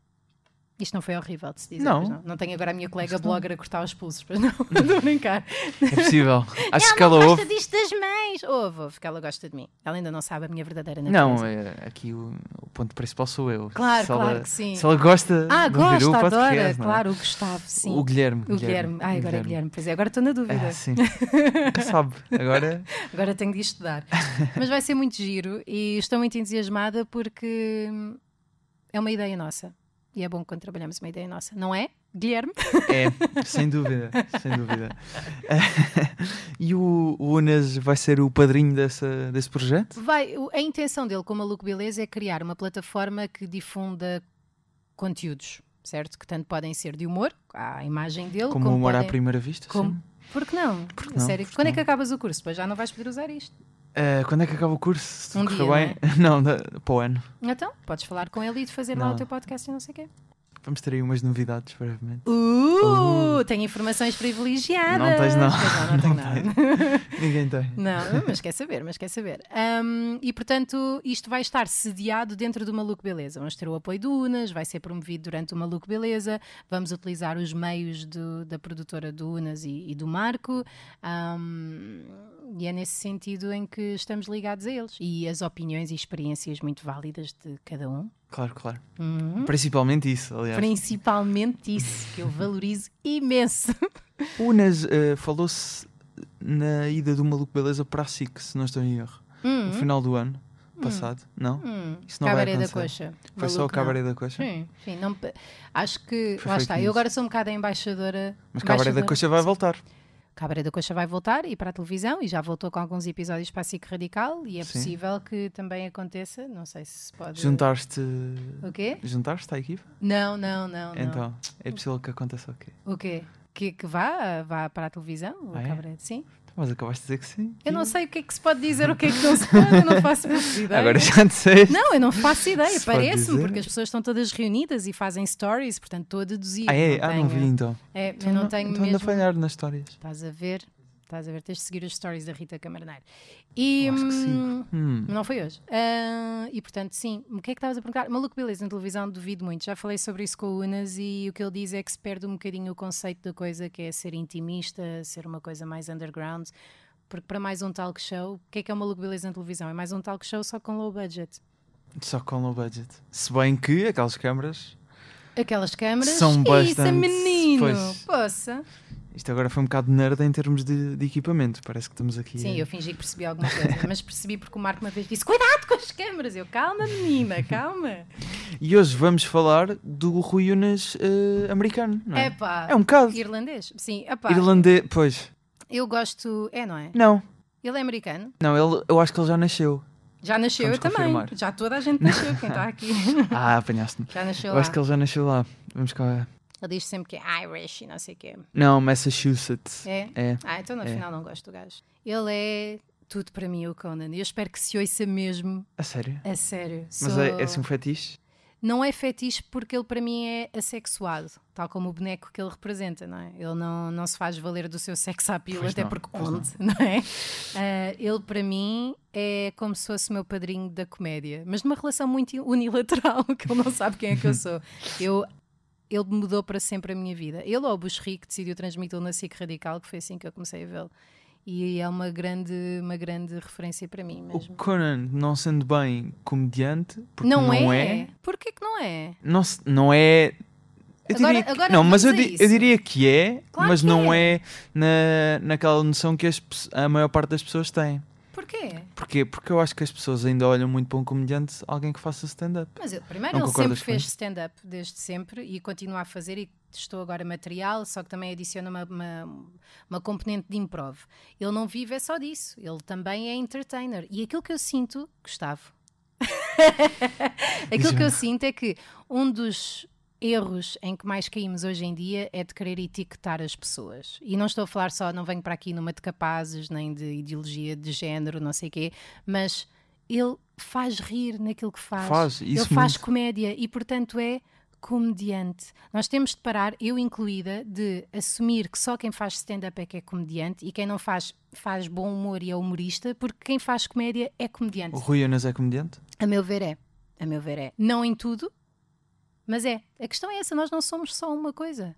Speaker 3: Isto não foi horrível de se dizer.
Speaker 2: Não.
Speaker 3: pois Não, Não tenho agora a minha colega blogger a cortar os pulsos, mas não, estou a brincar.
Speaker 2: É possível. Acho que
Speaker 3: ela
Speaker 2: ela
Speaker 3: gosta
Speaker 2: ouve.
Speaker 3: disto das mães. Ouve, ouve, que ela gosta de mim. Ela ainda não sabe a minha verdadeira natureza.
Speaker 2: Não, é, aqui o, o ponto principal sou eu.
Speaker 3: Claro,
Speaker 2: se ela,
Speaker 3: claro que sim.
Speaker 2: Se ela gosta
Speaker 3: Ah,
Speaker 2: de ouvir o
Speaker 3: gosta,
Speaker 2: podcast,
Speaker 3: adora.
Speaker 2: não é?
Speaker 3: Claro, o Gustavo, sim.
Speaker 2: O Guilherme.
Speaker 3: O Guilherme. Ah, agora é Guilherme. Pois é, agora estou na dúvida.
Speaker 2: Ah, sim. Nunca sabe. Agora.
Speaker 3: Agora tenho de estudar. Mas vai ser muito giro e estou muito entusiasmada porque hum, é uma ideia nossa. E é bom quando trabalhamos uma ideia nossa, não é? Guilherme?
Speaker 2: É, sem dúvida, sem dúvida. e o, o Unas vai ser o padrinho dessa, desse projeto?
Speaker 3: Vai, o- a intenção dele com o Maluco Beleza é criar uma plataforma que difunda conteúdos, certo? Que tanto podem ser de humor, à imagem dele,
Speaker 2: Como o humor à
Speaker 3: podem-
Speaker 2: primeira vista?
Speaker 3: como-
Speaker 2: sim?
Speaker 3: Por que não? Porque
Speaker 2: não?
Speaker 3: Sério,
Speaker 2: Por que
Speaker 3: quando é
Speaker 2: não?
Speaker 3: que acabas o curso? Pois já não vais poder usar isto.
Speaker 2: Eh, quando é que acaba o curso? Se tudo
Speaker 3: Um
Speaker 2: correr
Speaker 3: dia,
Speaker 2: bem. Não, da- para o ano.
Speaker 3: Então, podes falar com ele e de fazer lá
Speaker 2: Não.
Speaker 3: o teu podcast e não sei o quê.
Speaker 2: Vamos ter aí umas novidades brevemente.
Speaker 3: Uh, tenho informações privilegiadas.
Speaker 2: Não tens, não.
Speaker 3: Pois não, não tenho
Speaker 2: Não
Speaker 3: nada.
Speaker 2: Ninguém tem.
Speaker 3: Não, mas quer saber, mas quer saber. Ahm, e portanto, isto vai estar sediado dentro do Maluco Beleza. Vamos ter o apoio do Unas, vai ser promovido durante o Maluco Beleza. Vamos utilizar os meios do- da produtora do Unas e, e do Marco. Ahm, e é nesse sentido em que estamos ligados a eles. E as opiniões e experiências muito válidas de cada um.
Speaker 2: Claro, claro.
Speaker 3: Uhum.
Speaker 2: Principalmente isso, aliás.
Speaker 3: Principalmente isso, que eu valorizo imenso.
Speaker 2: Unas eh, falou-se na ida do Maluco Beleza para a SIC, se não estou em erro. No
Speaker 3: Hum,
Speaker 2: final do ano passado, não?
Speaker 3: hum.
Speaker 2: Isso não vai
Speaker 3: Cabaré da
Speaker 2: acontecer.
Speaker 3: coxa.
Speaker 2: Foi só o
Speaker 3: Maluco não. é?
Speaker 2: Cabaré da Coxa?
Speaker 3: Sim, sim, não pe- acho que.
Speaker 2: Foi
Speaker 3: lá
Speaker 2: fake
Speaker 3: está, eu
Speaker 2: news.
Speaker 3: agora sou um bocado a embaixadora.
Speaker 2: Mas Cabaré da
Speaker 3: embaixadora-
Speaker 2: Coxa vai voltar.
Speaker 3: Cabaré da Coxa vai voltar e para a televisão e já voltou com alguns episódios para a SIC Radical e é
Speaker 2: Sim.
Speaker 3: possível que também aconteça. Não sei se pode.
Speaker 2: Juntaste.
Speaker 3: O quê?
Speaker 2: Juntaste à equipa?
Speaker 3: Não, não, não. não.
Speaker 2: Então, é possível que aconteça o quê?
Speaker 3: O quê? Que, que vá, vá para a televisão? O
Speaker 2: Ah, é?
Speaker 3: Cabaré, sim.
Speaker 2: Então, Mas acabaste de dizer que sim.
Speaker 3: Eu não sei o que é que se pode dizer, o que é que não se pode, eu não faço ideia.
Speaker 2: Agora já disseste.
Speaker 3: Não, eu não faço ideia,
Speaker 2: Se pode
Speaker 3: parece-me,
Speaker 2: dizer.
Speaker 3: porque as pessoas estão todas reunidas e fazem stories, portanto estou a deduzir.
Speaker 2: Ah, é? ah, não
Speaker 3: tenho-
Speaker 2: vi então.
Speaker 3: É, eu
Speaker 2: Então
Speaker 3: não tenho
Speaker 2: então ando a
Speaker 3: mesmo.
Speaker 2: falhar nas histórias.
Speaker 3: Estás a ver? Estás a ver? Tens de seguir as stories da Rita Camarneiro. E.
Speaker 2: Eu acho que
Speaker 3: hum,
Speaker 2: sim. Hum.
Speaker 3: Não foi hoje. Ah, e portanto, sim. O que é que estavas a perguntar? Maluco Beleza na televisão, duvido muito. Já falei sobre isso com o Unas e o que ele diz é que se perde um bocadinho o conceito da coisa que é ser intimista, ser uma coisa mais underground. Porque para mais um talk show, o que é que é o Maluco Beleza na televisão? É mais um talk show só com low budget.
Speaker 2: Só com low budget. Se bem que aquelas câmaras.
Speaker 3: Aquelas câmaras.
Speaker 2: São
Speaker 3: Isso é
Speaker 2: bastante,
Speaker 3: menino!
Speaker 2: pois.
Speaker 3: Poça!
Speaker 2: Isto agora foi um bocado nerd em termos de, de equipamento. Parece que estamos aqui.
Speaker 3: Sim,
Speaker 2: eh,
Speaker 3: eu fingi que percebi alguma coisa, mas percebi porque o Marco uma vez disse: Cuidado com as câmaras! Eu, calma, menina, calma.
Speaker 2: E hoje vamos falar do Rui Unas eh, americano, não é?
Speaker 3: Epá.
Speaker 2: É um bocado.
Speaker 3: Irlandês? Sim, epá.
Speaker 2: Irlandês. Pois.
Speaker 3: Eu gosto. É, não é?
Speaker 2: Não.
Speaker 3: Ele é americano.
Speaker 2: Não, ele, eu acho que ele já nasceu.
Speaker 3: Já nasceu,
Speaker 2: Vamos
Speaker 3: eu também.
Speaker 2: confirmar.
Speaker 3: Já toda a gente nasceu, quem está aqui.
Speaker 2: Ah, apanhaste-me.
Speaker 3: Já nasceu
Speaker 2: Eu
Speaker 3: lá.
Speaker 2: acho que ele já nasceu lá. Vamos cá.
Speaker 3: Ele diz sempre que é Irish e não sei o quê.
Speaker 2: Não, Massachusetts.
Speaker 3: É?
Speaker 2: É.
Speaker 3: Ah, então no final não gosto do gajo. Ele é tudo para mim, o Conan. Eu espero que se ouça mesmo
Speaker 2: A sério?
Speaker 3: a sério.
Speaker 2: Mas
Speaker 3: Sou-
Speaker 2: é, é assim um fetiche?
Speaker 3: Não é fetiche porque ele para mim é assexuado, tal como o boneco que ele representa, não é? Ele não, não se faz valer do seu sex appeal,
Speaker 2: Pois
Speaker 3: até
Speaker 2: não,
Speaker 3: porque
Speaker 2: pois não.
Speaker 3: onde, não, é? Ah, ele para mim é como se fosse o meu padrinho da comédia, mas numa relação muito unilateral, que ele não sabe quem é que eu sou. Eu, ele mudou para sempre a minha vida. Ele ou o Bushri que decidiu transmiti-lo na SIC Radical, que foi assim que eu comecei a vê-lo. E é uma grande, uma grande referência para mim
Speaker 2: O
Speaker 3: mesmo.
Speaker 2: Conan, não sendo bem comediante, porque não, é.
Speaker 3: Porquê que não é?
Speaker 2: Não, se- não é. Eu
Speaker 3: Agora-
Speaker 2: diria que-
Speaker 3: agora
Speaker 2: não, mas eu,
Speaker 3: vamos a
Speaker 2: di-
Speaker 3: isso.
Speaker 2: eu diria que é,
Speaker 3: Claro
Speaker 2: mas
Speaker 3: que
Speaker 2: não é, na, naquela noção que as pe- a maior parte das pessoas têm.
Speaker 3: Porquê?
Speaker 2: Porquê? Porque eu acho que as pessoas ainda olham muito para um comediante alguém que faça stand-up.
Speaker 3: Mas eu, primeiro,
Speaker 2: Não
Speaker 3: ele sempre
Speaker 2: concordas
Speaker 3: fez
Speaker 2: com
Speaker 3: stand-up, desde sempre, e continua a fazer, e estou agora material, só que também adiciona uma, uma, uma componente de improv. Ele não vive é só disso, ele também é entertainer. E aquilo que eu sinto, Gustavo, aquilo que eu
Speaker 2: Diz-me.
Speaker 3: sinto é que um dos erros em que mais caímos hoje em dia é de querer etiquetar as pessoas. E não estou a falar só, não venho para aqui numa de capazes, nem de ideologia de género, não sei o quê, mas ele faz rir naquilo que faz.
Speaker 2: Faz,
Speaker 3: ele
Speaker 2: isso
Speaker 3: faz
Speaker 2: muito.
Speaker 3: comédia e, portanto, é comediante. Nós temos de parar, eu incluída, de assumir que só quem faz stand-up é que é comediante e quem não faz, faz bom humor e é humorista, porque quem faz comédia é comediante.
Speaker 2: O Rui Unas é comediante?
Speaker 3: A meu ver é. A meu ver é. Não em tudo, mas é. A questão é essa, nós não somos só uma coisa.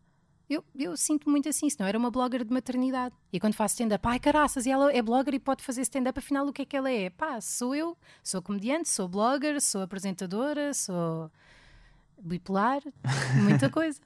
Speaker 3: Eu, eu sinto muito assim, senão era uma blogger de maternidade. E quando faço stand-up, ai caraças, e ela é blogger e pode fazer stand-up, afinal o que é que ela é? Pá, sou eu, sou comediante, sou blogger, sou apresentadora, sou bipolar, muita coisa.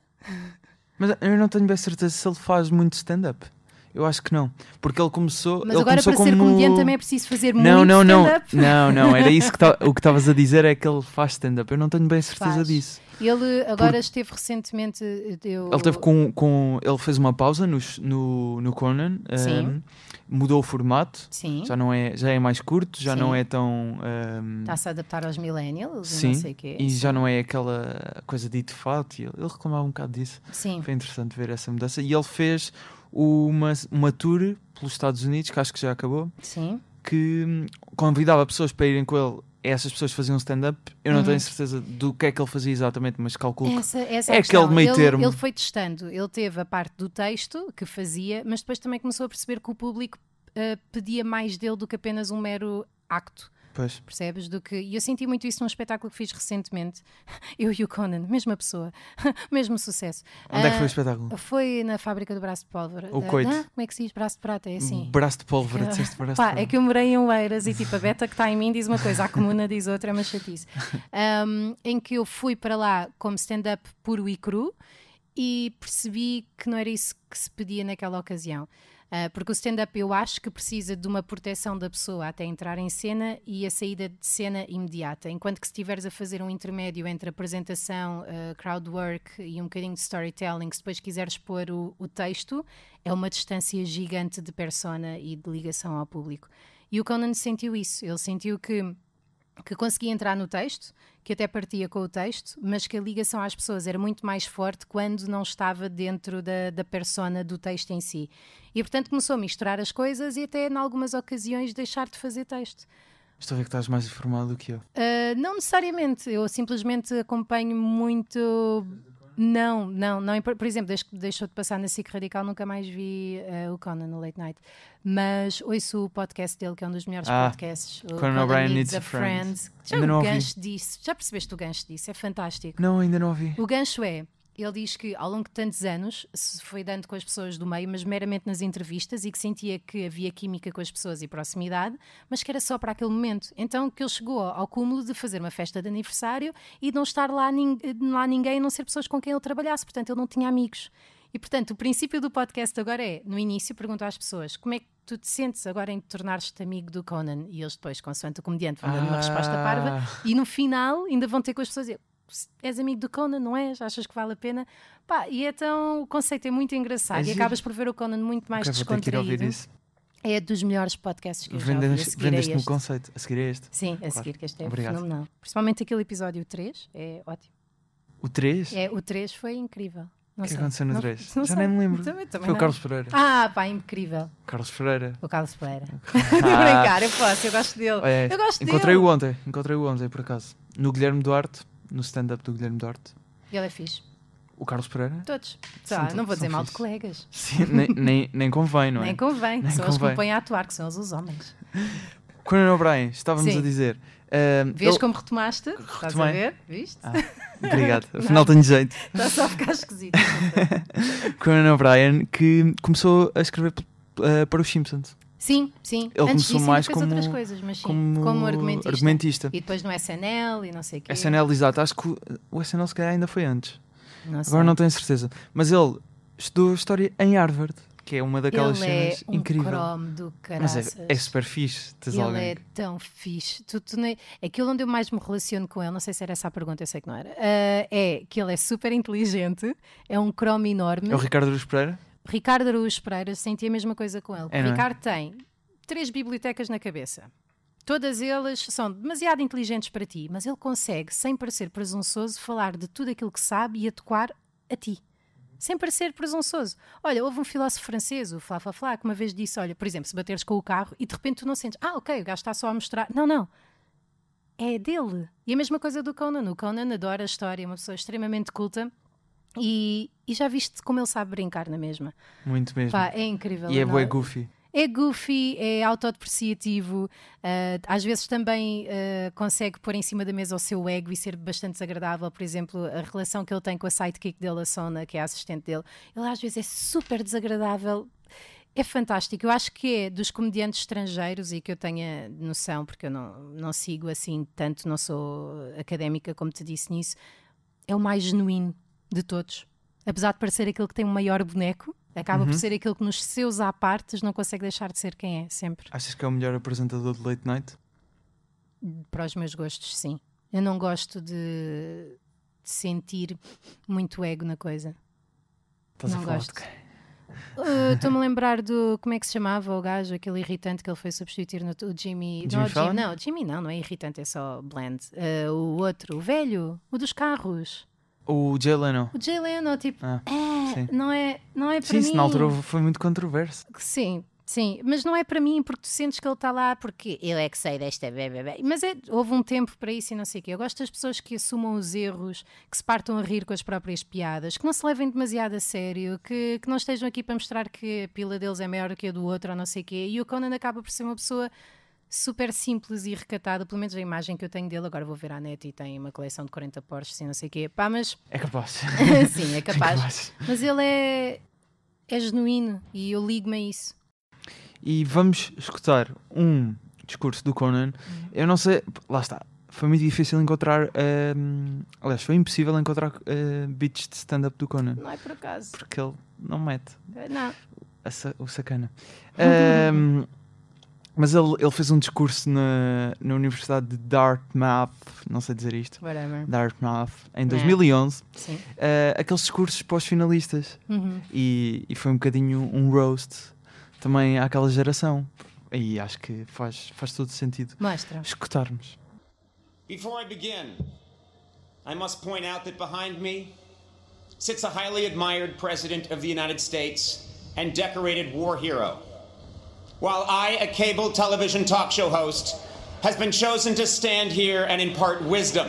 Speaker 2: Mas eu não tenho bem certeza se ele faz muito stand-up. Eu acho que não. Porque ele começou.
Speaker 3: Mas
Speaker 2: ele
Speaker 3: agora
Speaker 2: começou
Speaker 3: para ser
Speaker 2: como-
Speaker 3: comediante também é preciso fazer
Speaker 2: Não,
Speaker 3: muito
Speaker 2: não, não.
Speaker 3: stand-up.
Speaker 2: Não, não. Era isso que ta- o que estavas a dizer é que ele faz stand-up. Eu não tenho bem certeza
Speaker 3: Faz.
Speaker 2: disso.
Speaker 3: Ele agora esteve recentemente. Eu...
Speaker 2: Ele teve com, com. Ele fez uma pausa no, sh- no, no Conan.
Speaker 3: Sim.
Speaker 2: ehm, mudou o formato.
Speaker 3: Sim.
Speaker 2: Já, não é, já é mais curto, já
Speaker 3: Sim.
Speaker 2: não é tão. ehm,
Speaker 3: Está-se a adaptar aos millennials, e
Speaker 2: sim.
Speaker 3: não sei o quê.
Speaker 2: E já não é aquela coisa de de fato. e Ele, ele reclamava um bocado disso.
Speaker 3: Sim.
Speaker 2: Foi interessante ver essa mudança. E ele fez uma, uma tour pelos Estados Unidos, que acho que já acabou,
Speaker 3: Sim.
Speaker 2: que hum, convidava pessoas para irem com ele. Essas pessoas faziam stand-up. Eu não
Speaker 3: Uhum.
Speaker 2: tenho certeza do que é que ele fazia exatamente, mas calculo que
Speaker 3: Essa, essa
Speaker 2: É
Speaker 3: a questão.
Speaker 2: aquele meio
Speaker 3: ele,
Speaker 2: termo.
Speaker 3: Ele foi testando. Ele teve a parte do texto que fazia, mas depois também começou a perceber que o público eh, pedia mais dele do que apenas um mero acto.
Speaker 2: Pois.
Speaker 3: Percebes? Do que... E eu senti muito isso num espetáculo que fiz recentemente. Eu e o Conan, mesma pessoa, mesmo sucesso.
Speaker 2: Onde é que foi o
Speaker 3: Ah,
Speaker 2: espetáculo?
Speaker 3: Foi na fábrica do braço de pólvora.
Speaker 2: O
Speaker 3: Ah,
Speaker 2: coito.
Speaker 3: ah, como é que se diz? Braço de prata, é assim.
Speaker 2: Braço de pólvora, disseste braço
Speaker 3: Pá,
Speaker 2: de
Speaker 3: é
Speaker 2: pólvora.
Speaker 3: que eu morei em Oeiras e tipo, a Beta que está em mim diz uma coisa, a comuna diz outra, é uma chatice. Um, em que eu fui para lá como stand-up puro e cru e percebi que não era isso que se pedia naquela ocasião. Ah, porque o stand-up eu acho que precisa de uma proteção da pessoa até entrar em cena e a saída de cena imediata. Enquanto que se estiveres a fazer um intermédio entre apresentação, ah, crowd work e um bocadinho de storytelling, se depois quiseres pôr o, o texto, é uma distância gigante de persona e de ligação ao público. E o Conan sentiu isso. Ele sentiu que que conseguia entrar no texto, que até partia com o texto, mas que a ligação às pessoas era muito mais forte quando não estava dentro da, da persona do texto em si. E portanto começou a misturar as coisas e até em algumas ocasiões deixar de fazer texto.
Speaker 2: Estou a ver que estás mais informado do que eu.
Speaker 3: Uh, não necessariamente, eu simplesmente acompanho muito. Não, não, não. Por por exemplo, desde que deixou de passar na SIC Radical, nunca mais vi uh, o Conan no Late Night. Mas ouço o podcast dele, que é um dos melhores
Speaker 2: Ah,
Speaker 3: podcasts. O
Speaker 2: Conan O'Brien Needs a Friend.
Speaker 3: Já
Speaker 2: Ainda não
Speaker 3: o
Speaker 2: ouvi.
Speaker 3: gancho disso, já percebeste o gancho disso, é fantástico.
Speaker 2: Não, ainda não ouvi.
Speaker 3: O gancho é, ele diz que ao longo de tantos anos se foi dando com as pessoas do meio, mas meramente nas entrevistas e que sentia que havia química com as pessoas e proximidade, mas que era só para aquele momento. Então que ele chegou ao ao cúmulo de fazer uma festa de aniversário e de não estar lá, nin- lá ninguém, a não ser pessoas com quem ele trabalhasse, portanto ele não tinha amigos. E portanto, o princípio do podcast agora é, no início, pergunto às pessoas como é que tu te sentes agora em tornar-te amigo do Conan? E eles depois, consoante o comediante, vão dando uma resposta
Speaker 2: Ah.
Speaker 3: parva. E no final ainda vão ter com as pessoas a dizer, és amigo do Conan, não és? Achas que vale a pena? Pá, e então o conceito é muito engraçado
Speaker 2: É
Speaker 3: e
Speaker 2: giro.
Speaker 3: acabas por ver o Conan muito mais
Speaker 2: Ok, vou ter que ir ouvir
Speaker 3: descontraído.
Speaker 2: isso.
Speaker 3: É dos melhores podcasts que eu já ouvi a
Speaker 2: Vendes-
Speaker 3: seguir a
Speaker 2: Vendeste-me o
Speaker 3: este.
Speaker 2: conceito. A seguir é este.
Speaker 3: Sim, a
Speaker 2: Claro.
Speaker 3: seguir, que este é
Speaker 2: Obrigado.
Speaker 3: fenomenal. Principalmente aquele episódio 3, é ótimo.
Speaker 2: O 3?
Speaker 3: É, o 3 foi incrível. Não
Speaker 2: O que
Speaker 3: sei.
Speaker 2: aconteceu no
Speaker 3: Não-
Speaker 2: 3?
Speaker 3: não
Speaker 2: Já
Speaker 3: sei.
Speaker 2: nem me lembro.
Speaker 3: Também- também
Speaker 2: Foi o
Speaker 3: não.
Speaker 2: Carlos Pereira.
Speaker 3: Ah, pá, incrível.
Speaker 2: Carlos Pereira.
Speaker 3: O Carlos Pereira. Estou a
Speaker 2: Ah.
Speaker 3: brincar, eu posso, eu gosto dele.
Speaker 2: É,
Speaker 3: eu gosto
Speaker 2: encontrei-o
Speaker 3: dele.
Speaker 2: ontem, encontrei-o ontem, por acaso. No Guilherme Duarte, no stand-up do Guilherme Duarte.
Speaker 3: Ele é fixe.
Speaker 2: O Carlos Pereira?
Speaker 3: Todos.
Speaker 2: São
Speaker 3: Tá,
Speaker 2: to-
Speaker 3: não vou dizer
Speaker 2: são
Speaker 3: mal de
Speaker 2: fixe.
Speaker 3: colegas.
Speaker 2: Sim, nem, nem, nem convém, não é?
Speaker 3: Nem convém, que
Speaker 2: Nem
Speaker 3: são os que
Speaker 2: convém.
Speaker 3: me põem a atuar, que são os os homens.
Speaker 2: Conan O'Brien, estávamos
Speaker 3: Sim.
Speaker 2: a dizer. ah,
Speaker 3: Vês
Speaker 2: ele-
Speaker 3: como retomaste? Estás a
Speaker 2: Retomei.
Speaker 3: ver? Viste?
Speaker 2: Obrigado, afinal tenho jeito.
Speaker 3: Está só a ficar esquisito.
Speaker 2: Conan O'Brien que começou a escrever ah, para os Simpsons
Speaker 3: Sim, sim.
Speaker 2: Ele
Speaker 3: Antes
Speaker 2: começou
Speaker 3: disso,
Speaker 2: mais
Speaker 3: ainda fez
Speaker 2: como-
Speaker 3: outras coisas, mas sim,
Speaker 2: como,
Speaker 3: como, argumentista.
Speaker 2: argumentista.
Speaker 3: E depois no SNL e não sei o quê.
Speaker 2: SNL, exato, acho que o- o SNL se calhar ainda foi antes.
Speaker 3: Não sei.
Speaker 2: Agora não tenho certeza. Mas ele estudou História em Harvard, que é uma daquelas
Speaker 3: Ele
Speaker 2: cenas
Speaker 3: é um
Speaker 2: incrível.
Speaker 3: cromo do
Speaker 2: Mas
Speaker 3: caraças.
Speaker 2: é, é super fixe. Tens
Speaker 3: Ele
Speaker 2: alguém
Speaker 3: é tão fixe. Tu, tu nem- Aquilo onde eu mais me relaciono com ele, não sei se era essa a pergunta, eu sei que não era, ah, é que ele é super inteligente, é um cromo enorme.
Speaker 2: É o Ricardo Luz Pereira?
Speaker 3: Ricardo Araújo Pereira senti a mesma coisa com ele.
Speaker 2: É, não é?
Speaker 3: Ricardo tem três bibliotecas na cabeça. Todas elas são demasiado inteligentes para ti, mas ele consegue, sem parecer presunçoso, falar de tudo aquilo que sabe e adequar a ti. Sem parecer presunçoso. Olha, houve um filósofo francês, o Flá Flá Flá, que uma vez disse: Olha, por exemplo, se bateres com o carro e de repente tu não sentes, ah, ok, o gajo está só a mostrar. Não, não é dele. E a mesma coisa do Conan. O Conan adora a história, é uma pessoa extremamente culta. E, e já viste como ele sabe brincar na mesma.
Speaker 2: Muito mesmo.
Speaker 3: Pá, é incrível.
Speaker 2: e é
Speaker 3: não
Speaker 2: bué goofy.
Speaker 3: é goofy, é autodepreciativo, ah, às vezes também ah, consegue pôr em cima da mesa o seu ego e ser bastante desagradável. Por exemplo, a relação que ele tem com a sidekick dele, a Sona, que é a assistente dele, ele às vezes é super desagradável. É fantástico. Eu acho que é dos comediantes estrangeiros e que eu tenha noção, porque eu não, não sigo assim tanto, não sou académica como te disse nisso, é o mais genuíno de todos. Apesar de parecer aquele que tem o maior boneco, acaba por ser aquele que nos seus à partes não consegue deixar de ser quem é, sempre.
Speaker 2: Achas que é o melhor apresentador de late night?
Speaker 3: Para os meus gostos, sim. Eu não gosto de de sentir muito ego na coisa.
Speaker 2: Estás
Speaker 3: Não
Speaker 2: a falar
Speaker 3: gosto.
Speaker 2: de quem?
Speaker 3: Ah, Estou-me a lembrar do. Como é que se chamava o gajo, aquele irritante que ele foi substituir no. O Jimmy. não,
Speaker 2: Jimmy
Speaker 3: o
Speaker 2: Fallon?
Speaker 3: Jim, Eh, não, Jimmy não, não é irritante, é só bland. Ah, o outro, o velho, o dos carros.
Speaker 2: O Jay Leno.
Speaker 3: O Jay Leno, tipo,
Speaker 2: Ah, sim.
Speaker 3: não é, não é para
Speaker 2: Sim,
Speaker 3: mim.
Speaker 2: isso na altura foi muito controverso.
Speaker 3: Sim, sim, mas não é para mim porque tu sentes que ele está lá porque eu é que sei desta bé, bé, bé. Mas é- houve um tempo para isso e não sei o quê. Eu gosto das pessoas que assumam os erros, que se partam a rir com as próprias piadas, que não se levem demasiado a sério, que, que não estejam aqui para mostrar que a pila deles é maior do que a do outro ou não sei o quê. E o Conan acaba por ser uma pessoa super simples e recatada, pelo menos a imagem que eu tenho dele. Agora vou ver à net e tem uma coleção de 40 Porsches e não sei o quê. Pá, mas
Speaker 2: É capaz.
Speaker 3: sim, é capaz. Mas ele é, é genuíno e eu ligo-me a isso.
Speaker 2: E vamos escutar um discurso do Conan.
Speaker 3: Uhum.
Speaker 2: Eu não sei, lá está. Foi muito difícil encontrar. hum, aliás, foi impossível encontrar eh, beats de stand-up do Conan.
Speaker 3: Não é por acaso.
Speaker 2: Porque ele não mete
Speaker 3: Não.
Speaker 2: a sa- o sacana. Hum, mas ele, ele fez um discurso na, na Universidade de Dartmouth, não sei dizer isto,
Speaker 3: Whatever.
Speaker 2: Dartmouth, em 2011.
Speaker 3: É. Sim.
Speaker 2: eh, aqueles discursos pós-finalistas.
Speaker 3: Uhum.
Speaker 2: e, e foi um bocadinho um roast também àquela geração. E acho que faz, faz todo sentido
Speaker 3: Mostra.
Speaker 2: escutarmos.
Speaker 5: Before I begin, I must point out that behind me sits a highly admired President of the United States and decorated war hero, while I, a cable television talk show host, has been chosen to stand here and impart wisdom.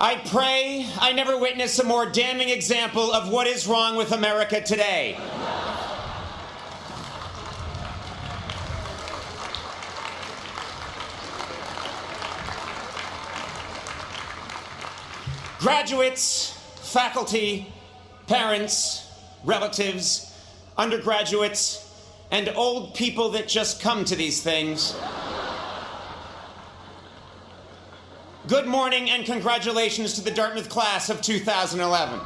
Speaker 5: I pray I never witness a more damning example of what is wrong with America today. graduates, faculty, parents, relatives, undergraduates, and old people that just come to these things. Good morning and congratulations to the Dartmouth class of 2011.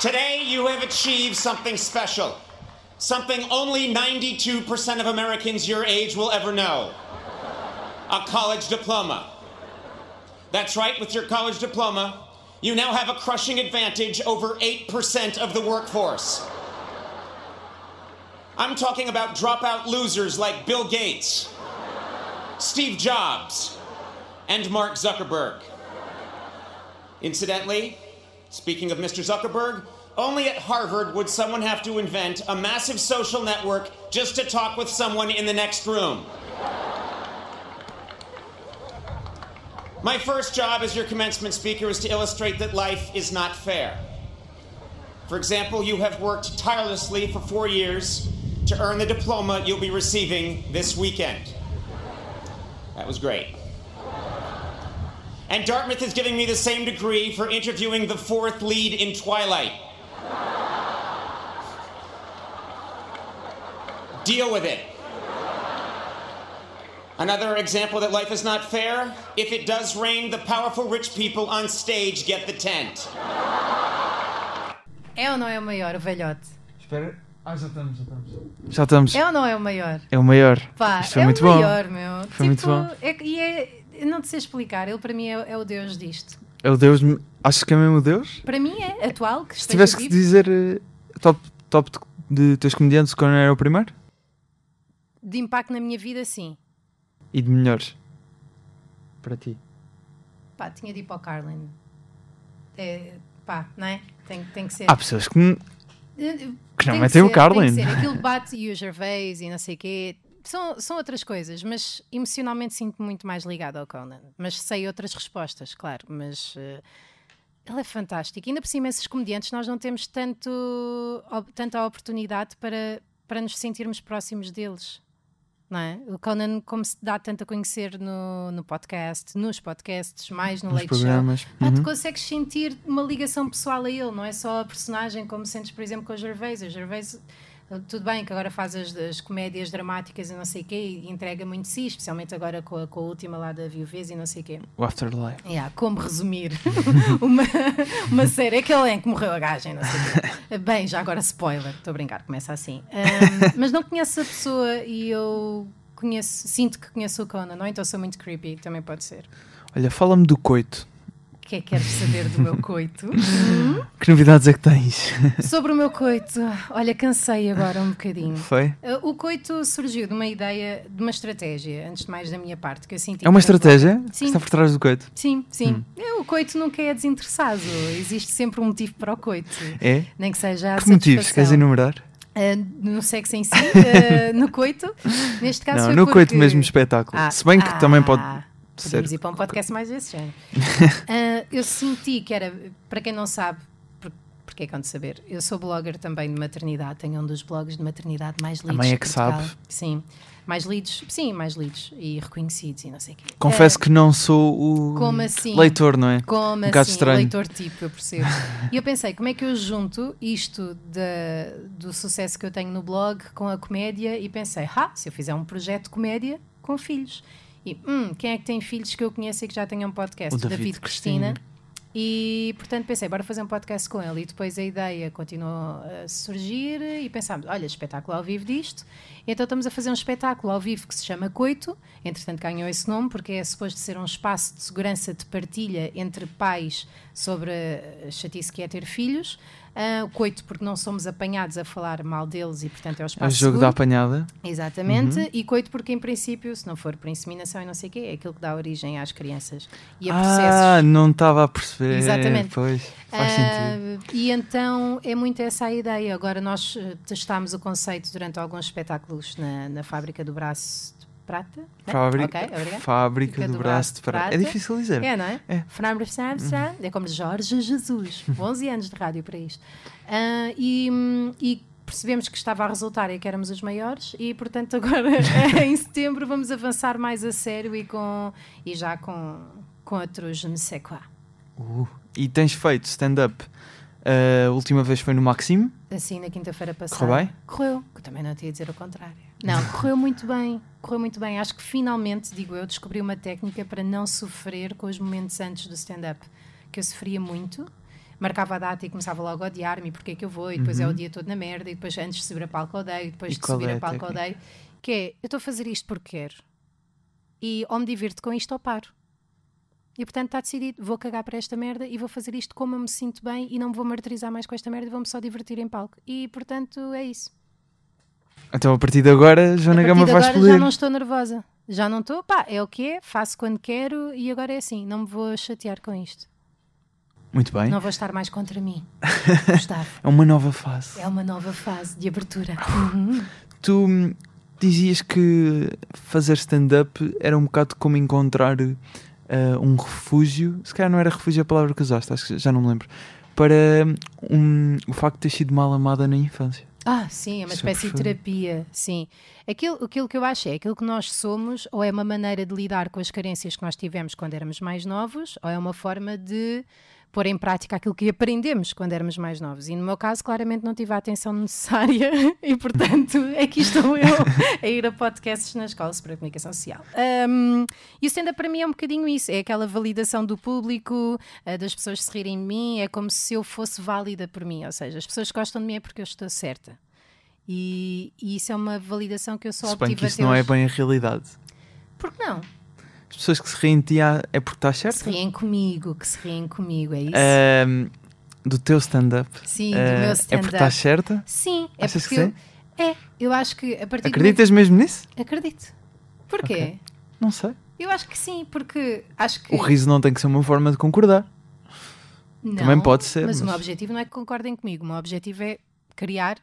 Speaker 5: Today, you have achieved something special, something only 92% of Americans your age will ever know a college diploma. That's right, with your college diploma, you now have a crushing advantage over 8% of the workforce. I'm talking about dropout losers like Bill Gates, Steve Jobs, and Mark Zuckerberg. Incidentally, speaking of Mr. Zuckerberg, only at Harvard would someone have to invent a massive social network just to talk with someone in the next room. My first job as your commencement speaker is to illustrate that life is not fair. For example, you have worked tirelessly for four years to earn the diploma you'll be receiving this weekend. That was great. And Dartmouth is giving me the same degree for interviewing the fourth lead in Twilight. Deal with it. Another example that life is not fair if it does rain, the powerful rich people on stage get the tent.
Speaker 3: É ou não é o maior, o velhote?
Speaker 2: Espera. Ah, já estamos, já estamos. Já estamos.
Speaker 3: É ou não é o maior?
Speaker 2: É o maior.
Speaker 3: Pá,
Speaker 2: Isto foi
Speaker 3: é
Speaker 2: muito
Speaker 3: o
Speaker 2: bom.
Speaker 3: maior, meu.
Speaker 2: Foi muito bom.
Speaker 3: É, e é. eu Não te sei explicar, ele para mim é, é o deus disto.
Speaker 2: É o Deus. Acho que é mesmo o Deus.
Speaker 3: Para mim é atual, que
Speaker 2: Se
Speaker 3: esteja
Speaker 2: tivesse que
Speaker 3: vivo.
Speaker 2: dizer eh, top, top de, de teus comediantes, o Conan era o primeiro?
Speaker 3: De impacto na minha vida, sim.
Speaker 2: E de melhores? Para ti.
Speaker 3: Pá, tinha de ir para o Carlin. É, pá, não é? Tem, tem que ser.
Speaker 2: Há pessoas que. n-
Speaker 3: Que
Speaker 2: não metem o Carlin.
Speaker 3: Aquilo bate e o Gervais e não sei o quê. São, são outras coisas, mas emocionalmente sinto-me muito mais ligado ao Conan. Mas sei outras respostas, claro. Mas eh, ele é fantástico. E ainda por cima, esses comediantes, nós não temos tanto, op- tanta oportunidade para, para nos sentirmos próximos deles. Não é? O Conan, como se dá tanto a conhecer no, no podcast, nos podcasts, mais no
Speaker 2: Nos
Speaker 3: Late Show,
Speaker 2: programas. Uhum.
Speaker 3: pá, tu consegues sentir uma ligação pessoal a ele, não é só a personagem, como sentes, por exemplo, com o Gervais. O Gervais, eh, tudo bem que agora faz as, as comédias dramáticas e não sei o quê, e entrega muito si, especialmente agora com a, com a última lá da Viuvez e não sei o quê.
Speaker 2: O Afterlife.
Speaker 3: Yeah, como resumir uma, uma série? Aquele em que morreu a gaja, não sei o quê. Bem, já agora spoiler, estou a brincar, começa assim. Ahm, mas não conheço a pessoa e eu é? conheço, sinto que conheço o Conan, não? Então sou muito creepy, também pode ser.
Speaker 2: Olha, fala-me do coito.
Speaker 3: que é que queres saber do meu coito?
Speaker 2: Que novidades é que tens?
Speaker 3: Sobre o meu coito, olha, cansei agora um bocadinho.
Speaker 2: Foi?
Speaker 3: Uh, O coito surgiu de uma ideia, de uma estratégia, antes de mais da minha parte, que eu senti.
Speaker 2: É uma
Speaker 3: que fez bem.
Speaker 2: estratégia Hum. que
Speaker 3: Sim.
Speaker 2: está por trás do coito.
Speaker 3: Sim, sim. É, O coito nunca é desinteressado. Existe sempre um motivo para o coito.
Speaker 2: É?
Speaker 3: Nem que seja a
Speaker 2: Que motivos? Queres
Speaker 3: Ah, satisfação.
Speaker 2: enumerar?
Speaker 3: Ah, no sexo em si, ah, no coito. Neste caso
Speaker 2: Não,
Speaker 3: foi
Speaker 2: no coito
Speaker 3: porque-
Speaker 2: mesmo espetáculo.
Speaker 3: Ah,
Speaker 2: Se bem que também pode
Speaker 3: ah,
Speaker 2: ser.
Speaker 3: Podemos ir para um podcast mais desse género. Ah, eu senti que era, para quem não sabe, por- porque é que hão de saber, eu sou blogger também de maternidade, tenho um dos blogs de maternidade mais lidos.
Speaker 2: mãe é
Speaker 3: de
Speaker 2: que
Speaker 3: Portugal.
Speaker 2: sabe.
Speaker 3: Sim, mais lidos, sim, mais lidos e reconhecidos e não sei o quê.
Speaker 2: Confesso
Speaker 3: Ah,
Speaker 2: que não sou o
Speaker 3: como assim?
Speaker 2: leitor, não é?
Speaker 3: como
Speaker 2: bocado
Speaker 3: assim,
Speaker 2: estranho.
Speaker 3: leitor tipo, eu percebo. e eu pensei, como é que eu junto isto da- do sucesso que eu tenho no blog com a comédia? E pensei, ah, se eu fizer um projeto de comédia com filhos. E hum, quem é que tem filhos que eu conheço e que já tenham um podcast?
Speaker 2: O David Cristina.
Speaker 3: E portanto pensei, bora fazer um podcast com ele. E depois a ideia continuou a surgir e pensámos: olha, espetáculo ao vivo disto. Então estamos a fazer um espetáculo ao vivo que se chama Coito. Entretanto, ganhou esse nome porque é suposto ser um espaço de segurança de partilha entre pais sobre a chatice que é ter filhos. Ah, o coito, porque não somos apanhados a falar mal deles e, portanto, é o
Speaker 2: É o
Speaker 3: espaço
Speaker 2: jogo Uhum.
Speaker 3: seguro.
Speaker 2: da apanhada.
Speaker 3: Exatamente. E coito, porque, em princípio, se não for por inseminação e não sei o quê, é aquilo que dá origem às crianças e a processos.
Speaker 2: Ah, não estava a perceber.
Speaker 3: Exatamente.
Speaker 2: Pois, faz
Speaker 3: Ah,
Speaker 2: sentido.
Speaker 3: E então é muito essa a ideia. Agora nós eh, testámos o conceito durante alguns espetáculos na, na Fábrica do Braço de Prata. né?
Speaker 2: Fábrica,
Speaker 3: Ok, obrigada.
Speaker 2: fábrica do braço de prata. É difícil dizer.
Speaker 3: É, não é?
Speaker 2: É. Uhum.
Speaker 3: Fernando Amsterdam, é como Jorge Jesus. 11 anos de rádio para isto. Ah, e, hum, e percebemos que estava a resultar e que éramos os maiores e portanto agora em setembro vamos avançar mais a sério e com e já com com outros não sei quoi.
Speaker 2: Uh, e tens feito stand-up. Ah, A última vez foi no Maxime.
Speaker 3: Assim, na quinta-feira passada.
Speaker 2: Correu bem?
Speaker 3: Correu, que eu também não te ia dizer o contrário. Não, correu muito bem, correu muito bem. Acho que finalmente, digo eu, descobri uma técnica para não sofrer com os momentos antes do stand-up, que eu sofria muito. Marcava a data e começava logo a odiar-me, porque é que eu vou, e
Speaker 2: Uhum.
Speaker 3: depois é o dia todo na merda, e depois antes de subir a palco odeio, e depois
Speaker 2: E
Speaker 3: de
Speaker 2: qual
Speaker 3: subir
Speaker 2: é
Speaker 3: a
Speaker 2: a
Speaker 3: palco
Speaker 2: técnica?
Speaker 3: odeio. Que é, eu estou a fazer isto porque quero. E ou me divirto com isto ou paro. E portanto está decidido, vou cagar para esta merda e vou fazer isto como eu me sinto bem e não me vou martirizar mais com esta merda e vou-me só divertir em palco. E portanto é isso.
Speaker 2: Então a partir de agora,
Speaker 3: A
Speaker 2: Joana
Speaker 3: partir
Speaker 2: Gama
Speaker 3: de
Speaker 2: vai
Speaker 3: agora já
Speaker 2: explodir.
Speaker 3: não estou nervosa. Já não estou, pá, é o que é, faço quando quero e agora é assim, não me vou chatear com isto.
Speaker 2: Muito bem.
Speaker 3: Não vou estar mais contra mim. Gustavo,
Speaker 2: É uma nova fase.
Speaker 3: é uma nova fase de abertura.
Speaker 2: Tu hum, dizias que fazer stand-up era um bocado como encontrar ah, um refúgio. Se calhar não era refúgio a palavra que usaste, acho que já não me lembro. Para hum, o facto de ter sido mal amada na infância.
Speaker 3: Ah, sim, é uma
Speaker 2: Isso é
Speaker 3: espécie de
Speaker 2: profundo.
Speaker 3: terapia, sim. Aquilo, aquilo que eu acho é aquilo que nós somos, ou é uma maneira de lidar com as carências que nós tivemos quando éramos mais novos, ou é uma forma de pôr em prática aquilo que aprendemos quando éramos mais novos. E no meu caso, claramente não tive a atenção necessária e, portanto, aqui estou eu a ir a podcasts na escola sobre a comunicação social. Ahm, e o stand-up para mim é um bocadinho isso, é aquela validação do público, ah, das pessoas se rirem de mim, é como se eu fosse válida por mim, ou seja, as pessoas gostam de mim é porque eu estou certa. E, e isso é uma validação que eu só
Speaker 2: Se bem
Speaker 3: obtive
Speaker 2: que isso
Speaker 3: até
Speaker 2: não é
Speaker 3: hoje.
Speaker 2: bem a realidade.
Speaker 3: Porque não?
Speaker 2: As pessoas que se riem de ti ah, é porque estás
Speaker 3: Que se
Speaker 2: certo.
Speaker 3: riem comigo, que se riem comigo, é isso?
Speaker 2: Ehm, do teu stand-up.
Speaker 3: Sim, do
Speaker 2: ah,
Speaker 3: meu
Speaker 2: Eh, É
Speaker 3: stand-up.
Speaker 2: porque estás certa?
Speaker 3: Sim, é
Speaker 2: Achas
Speaker 3: porque
Speaker 2: que
Speaker 3: eu, é, eu acho que a partir
Speaker 2: Acreditas mesmo nisso?
Speaker 3: do momento- acredito. Porquê?
Speaker 2: Ok. Não sei.
Speaker 3: Eu acho que sim, porque acho que
Speaker 2: O riso não tem que ser uma forma de concordar.
Speaker 3: Não,
Speaker 2: Também pode ser,
Speaker 3: Mas, o meu
Speaker 2: mas-
Speaker 3: objetivo não é que concordem comigo. O meu objetivo é criar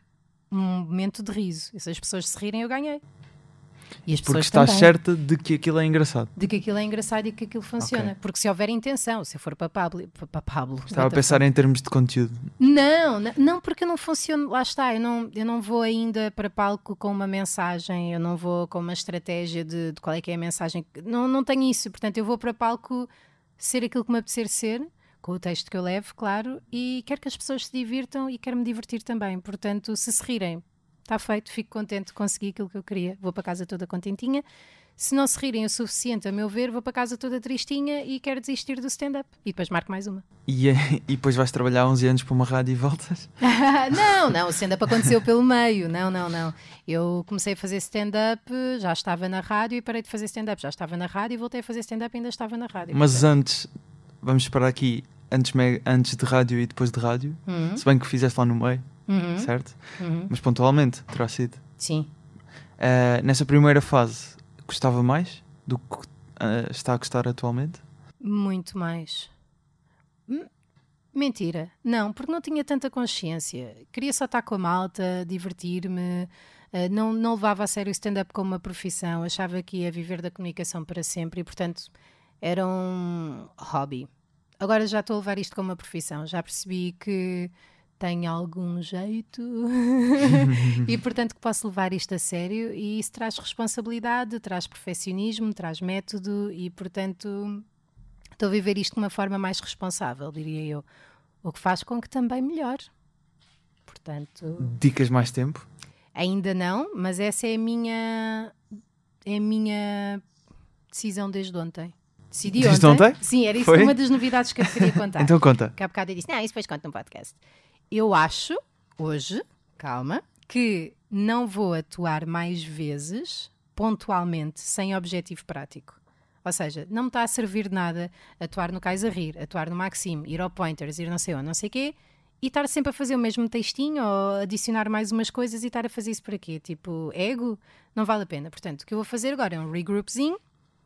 Speaker 3: um momento de riso. E se as pessoas se rirem, eu ganhei. E as
Speaker 2: Porque
Speaker 3: pessoas
Speaker 2: estás
Speaker 3: também.
Speaker 2: certa de que aquilo é engraçado.
Speaker 3: De que aquilo é engraçado e que aquilo funciona. Porque se houver intenção, se eu for para Pablo. Para Pablo
Speaker 2: Estava a
Speaker 3: what the
Speaker 2: pensar em termos de conteúdo.
Speaker 3: não, não, não, porque eu não funciono. Lá está, eu não, eu não vou ainda para palco com uma mensagem, eu não vou com uma estratégia de, de qual é que é a mensagem. Não, não tenho isso. Portanto, eu vou para palco ser aquilo que me apetecer ser, com o texto que eu levo, claro, e quero que as pessoas se divirtam e quero me divertir também. Portanto, se se rirem, está feito, fico contente, consegui aquilo que eu queria, vou para casa toda contentinha. Se não se rirem o suficiente, a meu ver, vou para casa toda tristinha e quero desistir do stand-up. E depois marco mais uma.
Speaker 2: E, e depois vais trabalhar 11 anos para uma rádio e voltas.
Speaker 3: É não, não, o stand-up aconteceu pelo meio. Não, não, não. Eu comecei a fazer stand-up, já estava na rádio e parei de fazer stand-up. Já estava na rádio e voltei a fazer stand-up e ainda estava na rádio.
Speaker 2: Mas antes vamos parar aqui antes, me- antes de rádio e depois de rádio.
Speaker 3: Uhum, Hum?
Speaker 2: Se bem que fizeste lá no meio, certo? Mas pontualmente terá sido.
Speaker 3: Sim.
Speaker 2: Ah, nessa primeira fase, custava mais do que ah, está a custar atualmente?
Speaker 3: Muito mais. Hum, Mentira. Não, porque não tinha tanta consciência. Queria só estar com a malta, divertir-me. eh, Não, não levava a sério o stand-up como uma profissão. Achava que ia viver da comunicação para sempre e, portanto, era um hobby. Agora já estou a levar isto como uma profissão. Já percebi que tenho algum jeito e, portanto, que posso levar isto a sério. E isso traz responsabilidade, traz perfeccionismo, traz método e, portanto, Estou a viver isto de uma forma mais responsável, diria eu. O que faz com que também melhore. Portanto,
Speaker 2: Dicas mais tempo?
Speaker 3: ainda não, mas essa é a minha, é a minha decisão desde ontem. Decidi
Speaker 2: Desde
Speaker 3: ontem.
Speaker 2: ontem?
Speaker 3: Sim, era isso
Speaker 2: Foi?
Speaker 3: uma das novidades que eu queria contar.
Speaker 2: Então conta.
Speaker 3: Que há bocado eu disse, não, isso depois conta no podcast. Eu acho, hoje, calma, que não vou atuar mais vezes, pontualmente, sem objetivo prático. Ou seja, não me está a servir de nada atuar no Cais a Rir, atuar no Maxime, ir ao Pointers, ir não sei onde, não sei quê, e estar sempre a fazer o mesmo textinho ou adicionar mais umas coisas e estar a fazer isso por aqui. Tipo, ego, não vale a pena. Portanto, o que eu vou fazer agora é um regroupzinho,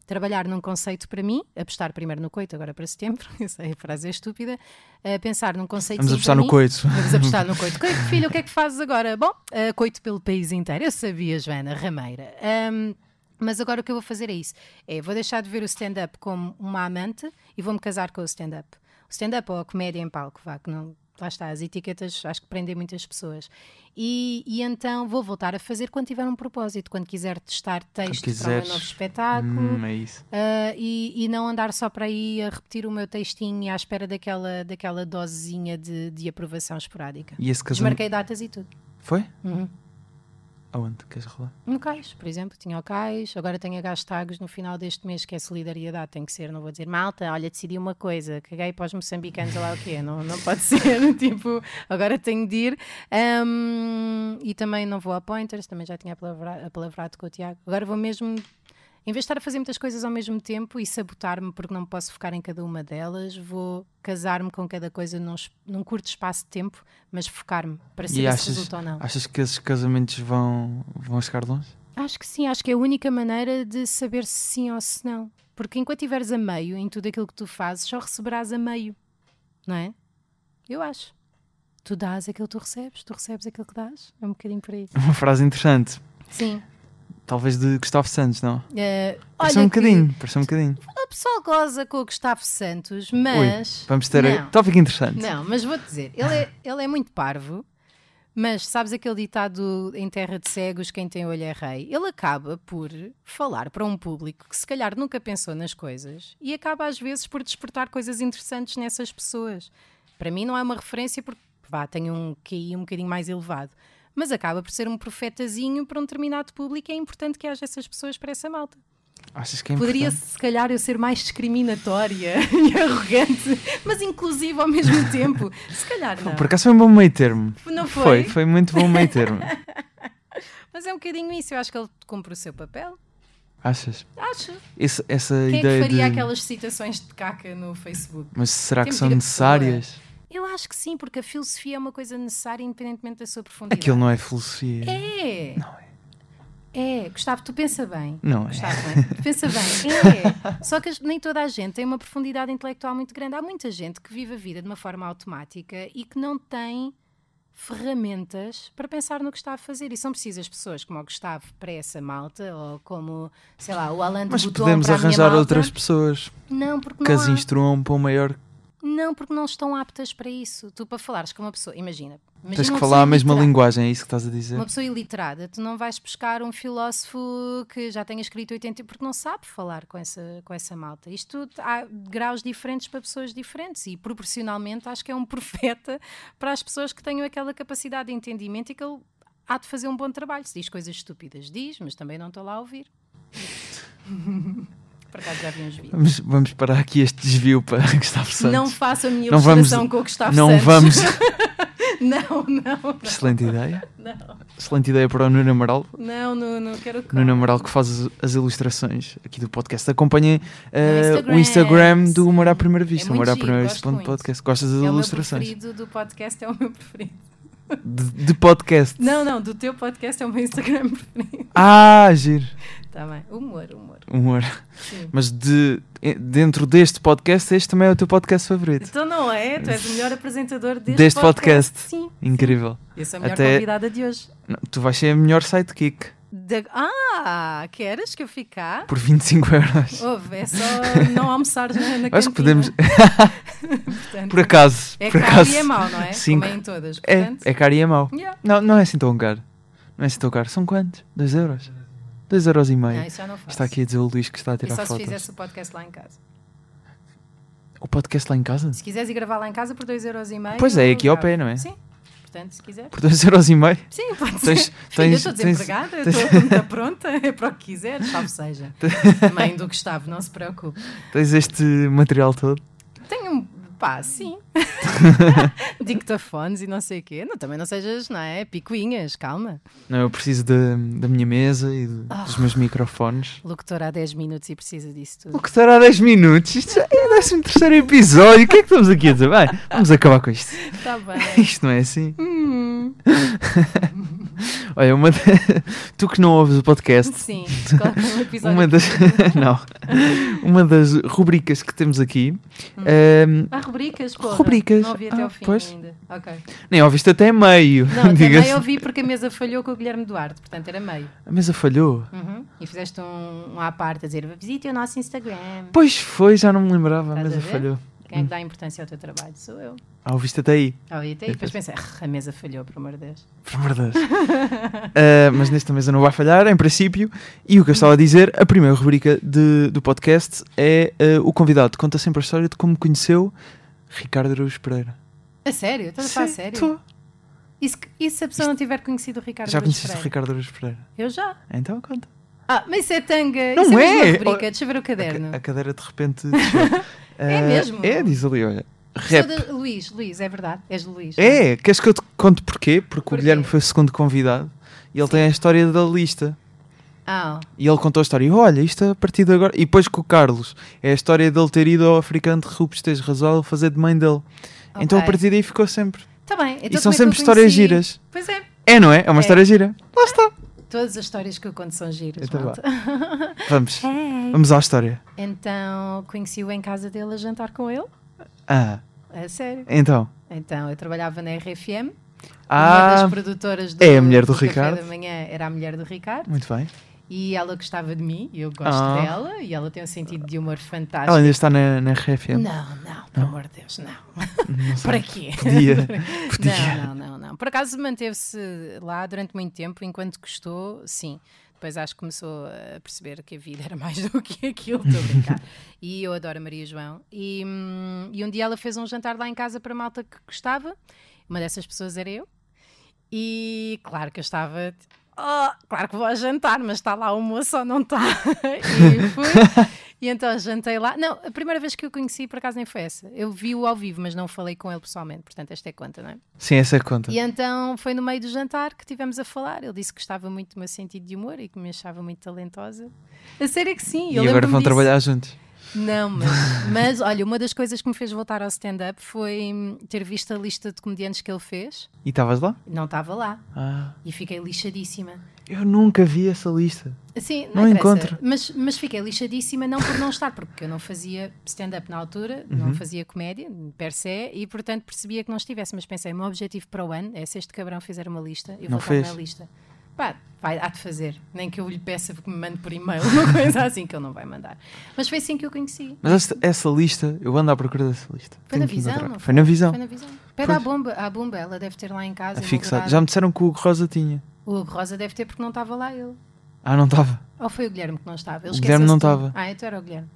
Speaker 3: trabalhar num conceito para mim, apostar primeiro no coito, agora para setembro, essa é a frase é estúpida, eh, pensar num conceito
Speaker 2: Vamos apostar
Speaker 3: para
Speaker 2: no
Speaker 3: mim.
Speaker 2: coito.
Speaker 3: Vamos apostar no coito. Coito, filho, o que é que fazes agora? Bom, eh, coito pelo país inteiro. Eu sabia, Joana Rameira. Ahm, mas agora o que eu vou fazer é isso. É, vou deixar de ver o stand-up como uma amante e vou-me casar com o stand-up. O stand-up ou a comédia em palco, vá, que não... Lá está, as etiquetas acho que prendem muitas pessoas. E, e então vou voltar a fazer quando tiver um propósito, quando quiser testar texto para um
Speaker 2: quiseres.
Speaker 3: novo espetáculo.
Speaker 2: Hum, é isso.
Speaker 3: Uh, e, e não andar só para aí a repetir o meu textinho e à espera daquela, daquela dosezinha de, de aprovação esporádica.
Speaker 2: E esse casamento.
Speaker 3: Desmarquei datas e tudo.
Speaker 2: Foi?
Speaker 3: Uhum.
Speaker 2: Aonde? Queres rolar?
Speaker 3: No cais, por exemplo, tinha o cais, agora tenho a Gastags no final deste mês, que é solidariedade, tem que ser, não vou dizer malta, olha, decidi uma coisa, caguei para os moçambicanos, ou lá o quê, não, não pode ser, tipo, agora tenho de ir. Ahm, e também não vou a Pointers, também já tinha apalavra- apalavrado com o Tiago. Agora vou mesmo, em vez de estar a fazer muitas coisas ao mesmo tempo e sabotar-me porque não posso focar em cada uma delas, vou casar-me com cada coisa num, es- num curto espaço de tempo, mas focar-me para
Speaker 2: e
Speaker 3: saber se
Speaker 2: achas,
Speaker 3: resulta ou não.
Speaker 2: achas que esses casamentos vão, vão chegar longe?
Speaker 3: Acho que sim, acho que é a única maneira de saber se sim ou se não. Porque enquanto estiveres a meio em tudo aquilo que tu fazes, só receberás a meio, não é? Eu acho. Tu dás aquilo que tu recebes, tu recebes aquilo que dás. É um bocadinho por aí.
Speaker 2: Uma frase interessante.
Speaker 3: Sim.
Speaker 2: Talvez de Gustavo Santos, não?
Speaker 3: Eh,
Speaker 2: Parece
Speaker 3: olha,
Speaker 2: um
Speaker 3: que
Speaker 2: bocadinho, parece um bocadinho.
Speaker 3: a pessoa goza com o Gustavo Santos,
Speaker 2: Ui,
Speaker 3: mas.
Speaker 2: vamos ter
Speaker 3: Não.
Speaker 2: tópico interessante.
Speaker 3: Não, mas vou dizer, ele é, ele é muito parvo, mas sabes aquele ditado em terra de cegos, quem tem olho é rei? Ele acaba por falar para um público que se calhar nunca pensou nas coisas e acaba às vezes por despertar coisas interessantes nessas pessoas. Para mim não é uma referência porque vá, tenho um QI um bocadinho mais elevado. Mas acaba por ser um profetazinho para um determinado público e é importante que haja essas pessoas para essa malta.
Speaker 2: Achas que é
Speaker 3: Poderia,
Speaker 2: importante?
Speaker 3: se calhar, eu ser mais discriminatória e arrogante, mas inclusiva ao mesmo tempo. Se calhar não.
Speaker 2: Por acaso foi um bom meio termo.
Speaker 3: Não
Speaker 2: Foi,
Speaker 3: foi?
Speaker 2: foi muito bom meio termo.
Speaker 3: Mas é um bocadinho isso. Eu acho que ele cumpre o seu papel.
Speaker 2: Achas?
Speaker 3: Acho.
Speaker 2: Esse- essa
Speaker 3: Quem é que
Speaker 2: ideia
Speaker 3: faria
Speaker 2: de...
Speaker 3: aquelas citações de caca no Facebook?
Speaker 2: Mas será que
Speaker 3: Quem
Speaker 2: são
Speaker 3: me diga que pessoa é?
Speaker 2: necessárias?
Speaker 3: Eu acho que sim, porque a filosofia é uma coisa necessária independentemente da sua profundidade.
Speaker 2: Aquilo não é filosofia.
Speaker 3: É. Não é. É, Gustavo, tu pensa bem.
Speaker 2: Não é.
Speaker 3: Gustavo, não é? Pensa bem. É. Só que as- nem toda a gente tem uma profundidade intelectual muito grande. Há muita gente que vive a vida de uma forma automática e que não tem ferramentas para pensar no que está a fazer. E são precisas pessoas como o Gustavo para essa malta ou como, sei lá, o Alan de
Speaker 2: Mas
Speaker 3: Botton
Speaker 2: podemos
Speaker 3: para a minha
Speaker 2: arranjar
Speaker 3: malta.
Speaker 2: outras pessoas
Speaker 3: Não, porque
Speaker 2: que
Speaker 3: não
Speaker 2: as
Speaker 3: há.
Speaker 2: instruam para um maior.
Speaker 3: Não, porque não estão aptas para isso. Tu, para falares com uma pessoa, imagina. imagina um
Speaker 2: Tens que
Speaker 3: uma
Speaker 2: falar
Speaker 3: pessoa
Speaker 2: a mesma
Speaker 3: literária.
Speaker 2: linguagem, é isso que estás a dizer?
Speaker 3: Uma pessoa iliterada, tu não vais buscar um filósofo que já tenha escrito 80 porque não sabe falar com essa, com essa malta. Isto tudo, há graus diferentes para pessoas diferentes e proporcionalmente acho que é um profeta para as pessoas que tenham aquela capacidade de entendimento e que ele há de fazer um bom trabalho. Se diz coisas estúpidas, diz, mas também não estou lá a ouvir. Por acaso já vi uns vídeos.
Speaker 2: Vamos, vamos parar aqui este desvio para Gustavo Santos.
Speaker 3: Não faço a minha
Speaker 2: Não vamos-
Speaker 3: ilustração com o Gustavo
Speaker 2: Não
Speaker 3: Santos.
Speaker 2: vamos.
Speaker 3: Não, não, não.
Speaker 2: Excelente ideia. Excelente ideia para o Nuno Amaral.
Speaker 3: Não, não, não quero que.
Speaker 2: Nuno Amaral que faz as, as ilustrações aqui do podcast. Acompanhem eh,
Speaker 3: Instagram,
Speaker 2: o Instagram do
Speaker 3: sim.
Speaker 2: Amor à Primeira Vista.
Speaker 3: É muito
Speaker 2: Amor à
Speaker 3: giro,
Speaker 2: Primeira
Speaker 3: gosto
Speaker 2: Vista.
Speaker 3: muito.
Speaker 2: Podcast. Gostas das
Speaker 3: É o meu
Speaker 2: ilustrações?
Speaker 3: preferido do podcast, é o meu preferido.
Speaker 2: De, de podcast.
Speaker 3: Não, não, do teu podcast é o meu Instagram preferido.
Speaker 2: Ah, giro.
Speaker 3: Tá bem. Humor, humor.
Speaker 2: Humor.
Speaker 3: Sim.
Speaker 2: Mas de, eh, dentro deste podcast, este também é o teu podcast favorito.
Speaker 3: Então não é? Tu és o melhor apresentador deste,
Speaker 2: Deste podcast.
Speaker 3: Sim.
Speaker 2: Incrível.
Speaker 3: Eu sou a melhor
Speaker 2: Até-
Speaker 3: convidada de hoje.
Speaker 2: Não, tu vais ser a melhor sidekick
Speaker 3: De- Ah, queres que eu fique cá?
Speaker 2: por 25 euros.
Speaker 3: Ouve, é só não almoçar na, na
Speaker 2: Acho que
Speaker 3: cantina,
Speaker 2: podemos.
Speaker 3: portanto.
Speaker 2: Por acaso.
Speaker 3: É
Speaker 2: por
Speaker 3: caro
Speaker 2: acaso.
Speaker 3: e é mau, não é?
Speaker 2: Cinco.
Speaker 3: Como é em todas.
Speaker 2: É,
Speaker 3: Portanto,
Speaker 2: é caro e é mau.
Speaker 3: yeah.
Speaker 2: Não, não é assim tão caro. Não é assim tão caro. São quantos? 2 euros? 2 euros e meio.
Speaker 3: Não, isso já não faço.
Speaker 2: Está aqui a dizer o Luís que está a
Speaker 3: E
Speaker 2: tirar
Speaker 3: só se
Speaker 2: fotos.
Speaker 3: fizesse o podcast lá em casa.
Speaker 2: O podcast lá em casa?
Speaker 3: Se quiseres ir gravar lá em casa por 2,5€.
Speaker 2: Pois é, aqui ao pé, não é?
Speaker 3: Sim. Portanto, se quiser.
Speaker 2: Por 2 euros e meio?
Speaker 3: Sim, pode
Speaker 2: Tens-
Speaker 3: ser. Filha, eu
Speaker 2: tens-
Speaker 3: estou
Speaker 2: tens-
Speaker 3: desempregada, eu
Speaker 2: tens-
Speaker 3: estou muito pronta, é para o que quiser, salve seja. Mãe do Gustavo, não se preocupe.
Speaker 2: Tens este material todo?
Speaker 3: Tenho um. pá, sim. Dictafones e não sei o quê. Não, também não sejas, não é? Picuinhas, calma.
Speaker 2: Não, eu preciso da, da minha mesa e do-
Speaker 3: Ah.
Speaker 2: dos meus microfones.
Speaker 3: Locutora há 10 minutos e precisa disso
Speaker 2: O
Speaker 3: tudo.
Speaker 2: que estará há 10 minutos? Isto já é o 13 terceiro episódio. O que é que estamos aqui a dizer? Vai, vamos acabar com isto.
Speaker 3: Está Tá bem.
Speaker 2: Isto não é assim? Olha, uma de- tu que não ouves o podcast,
Speaker 3: Sim, coloca um episódio.
Speaker 2: uma das... não. Uma das rubricas que temos aqui...
Speaker 3: Hum.
Speaker 2: ehm,
Speaker 3: Há rubricas, porra.
Speaker 2: Rubricas.
Speaker 3: Não ouvi até
Speaker 2: Ah,
Speaker 3: ao fim
Speaker 2: pois.
Speaker 3: ainda. Ok.
Speaker 2: nem ouviste até meio,
Speaker 3: Não,
Speaker 2: diga-se.
Speaker 3: também ouvi porque a mesa falhou com o Guilherme Duarte, portanto era meio.
Speaker 2: A mesa falhou.
Speaker 3: Uhum. E fizeste um, um à parte a dizer visite o nosso Instagram.
Speaker 2: Pois foi, já não me lembrava, a
Speaker 3: Estás a
Speaker 2: mesa
Speaker 3: ver?
Speaker 2: falhou.
Speaker 3: Quem é que dá importância ao teu trabalho? Sou eu.
Speaker 2: Ah, ouviste até aí.
Speaker 3: Ah, e até aí depois pensei, "Ah, a mesa falhou, por amor de Deus.
Speaker 2: Por amor de Deus. Ah, mas nesta mesa não vai falhar, em princípio. E o que eu estava a dizer, a primeira rubrica de- do podcast é ah, o convidado conta sempre a história de como conheceu Ricardo Araújo Pereira.
Speaker 3: A sério? Estás a falar a
Speaker 2: Sim,
Speaker 3: sério?
Speaker 2: tô.
Speaker 3: E se, e se a pessoa não tiver conhecido o Ricardo
Speaker 2: Já
Speaker 3: Araújo
Speaker 2: conheceste o
Speaker 3: Pereira?
Speaker 2: Ricardo Araújo Pereira?
Speaker 3: Eu já.
Speaker 2: Então conta.
Speaker 3: Ah, mas isso é tanga.
Speaker 2: Não
Speaker 3: isso é,
Speaker 2: é.
Speaker 3: mesmo uma rubrica. Deixa eu ver o
Speaker 2: A ca-
Speaker 3: caderno.
Speaker 2: A, cadeira de repente. desceu. Ah,
Speaker 3: mesmo?
Speaker 2: É, diz ali, olha.
Speaker 3: Sou
Speaker 2: Rap.
Speaker 3: da- Luís, Luís, é verdade. És do Luís.
Speaker 2: É, queres que eu te conte porquê? Porque
Speaker 3: Porquê?
Speaker 2: o Guilherme foi o segundo convidado e ele tem a história da lista.
Speaker 3: Ah,
Speaker 2: E ele contou a história. E, Olha, isto é a partir de agora. E depois com o Carlos. É a história dele ter ido ao africano de Rubens Tejo Razoável fazer de mãe dele. Então a
Speaker 3: Ok.
Speaker 2: partir daí ficou sempre.
Speaker 3: está bem. Então como
Speaker 2: e são
Speaker 3: é que eu
Speaker 2: sempre histórias
Speaker 3: conheci?
Speaker 2: giras.
Speaker 3: Pois é.
Speaker 2: É, não é? É uma
Speaker 3: É.
Speaker 2: história gira.
Speaker 3: Todas as histórias que eu conto são giras,
Speaker 2: Então vá.
Speaker 3: malta.
Speaker 2: Vamos. Vamos à história.
Speaker 3: Então conheci-o em casa dele a jantar com ele.
Speaker 2: Ah,
Speaker 3: A sério.
Speaker 2: então.
Speaker 3: Então eu trabalhava na RFM. uma
Speaker 2: Ah,
Speaker 3: das produtoras do,
Speaker 2: é a mulher do
Speaker 3: Café
Speaker 2: Ricardo.
Speaker 3: da manhã era a mulher do Ricardo.
Speaker 2: muito bem.
Speaker 3: E ela gostava de mim, e eu gosto
Speaker 2: Ah.
Speaker 3: dela, e ela tem um sentido de humor fantástico.
Speaker 2: Ela ainda está na, na RFM.
Speaker 3: Não, não, pelo amor de Deus, não. Para quê?
Speaker 2: Podia. Podia.
Speaker 3: Não, não, não, não. Por acaso manteve-se lá durante muito tempo, enquanto gostou, sim. Depois acho que começou a perceber que a vida era mais do que aquilo, estou a brincar. E eu adoro a Maria João. E, hum, e um dia ela fez um jantar lá em casa para a malta que gostava. Uma dessas pessoas era eu. E claro que eu estava. "Oh, claro que vou a jantar, mas está lá o moço ou não está? E fui. E então jantei lá. Não, a primeira vez que eu conheci, por acaso, nem foi essa. Eu vi-o ao vivo, mas não falei com ele pessoalmente. Portanto, esta é conta, não é?
Speaker 2: Sim, essa é a conta.
Speaker 3: E então foi no meio do jantar que tivemos a falar. Ele disse que gostava muito do meu sentido de humor e que me achava muito talentosa. A sério é que sim. eu
Speaker 2: E agora
Speaker 3: lembro-me
Speaker 2: vão
Speaker 3: disso.
Speaker 2: trabalhar juntos.
Speaker 3: Não, mas, mas olha, uma das coisas que me fez voltar ao stand-up foi hum, ter visto a lista de comediantes que ele fez.
Speaker 2: E estavas lá?
Speaker 3: Não estava lá
Speaker 2: Ah,
Speaker 3: e fiquei lixadíssima.
Speaker 2: eu nunca vi essa lista.
Speaker 3: Sim,
Speaker 2: Não
Speaker 3: não, interessa.
Speaker 2: encontro.
Speaker 3: Mas, mas fiquei lixadíssima, não por não estar, porque eu não fazia stand-up na altura,
Speaker 2: Uhum.
Speaker 3: não fazia comédia, per se, e portanto percebia que não estivesse. Mas pensei, o meu objetivo para o ano é se este cabrão fizer uma lista, eu
Speaker 2: Não
Speaker 3: vou estar
Speaker 2: fez.
Speaker 3: na lista. Pá, vai, há de fazer. Nem que eu lhe peça que me mande por e-mail, uma coisa assim que ele não vai mandar. Mas foi assim que eu conheci.
Speaker 2: Mas essa, essa lista, eu ando à procura dessa lista.
Speaker 3: Foi
Speaker 2: Tenho
Speaker 3: na
Speaker 2: que
Speaker 3: visão,
Speaker 2: encontrar.
Speaker 3: não
Speaker 2: Foi na visão.
Speaker 3: Foi na visão. Pede à bomba, à bomba, ela deve ter lá em casa.
Speaker 2: É Fixado.
Speaker 3: emoldurada.
Speaker 2: Já me disseram que o Hugo Rosa tinha.
Speaker 3: O Hugo Rosa deve ter porque não estava lá ele.
Speaker 2: Ah, não estava.
Speaker 3: Ou foi o Guilherme que não estava? Ele
Speaker 2: O Guilherme não
Speaker 3: esqueceu-se de
Speaker 2: estava.
Speaker 3: tudo. Ah, então era o Guilherme.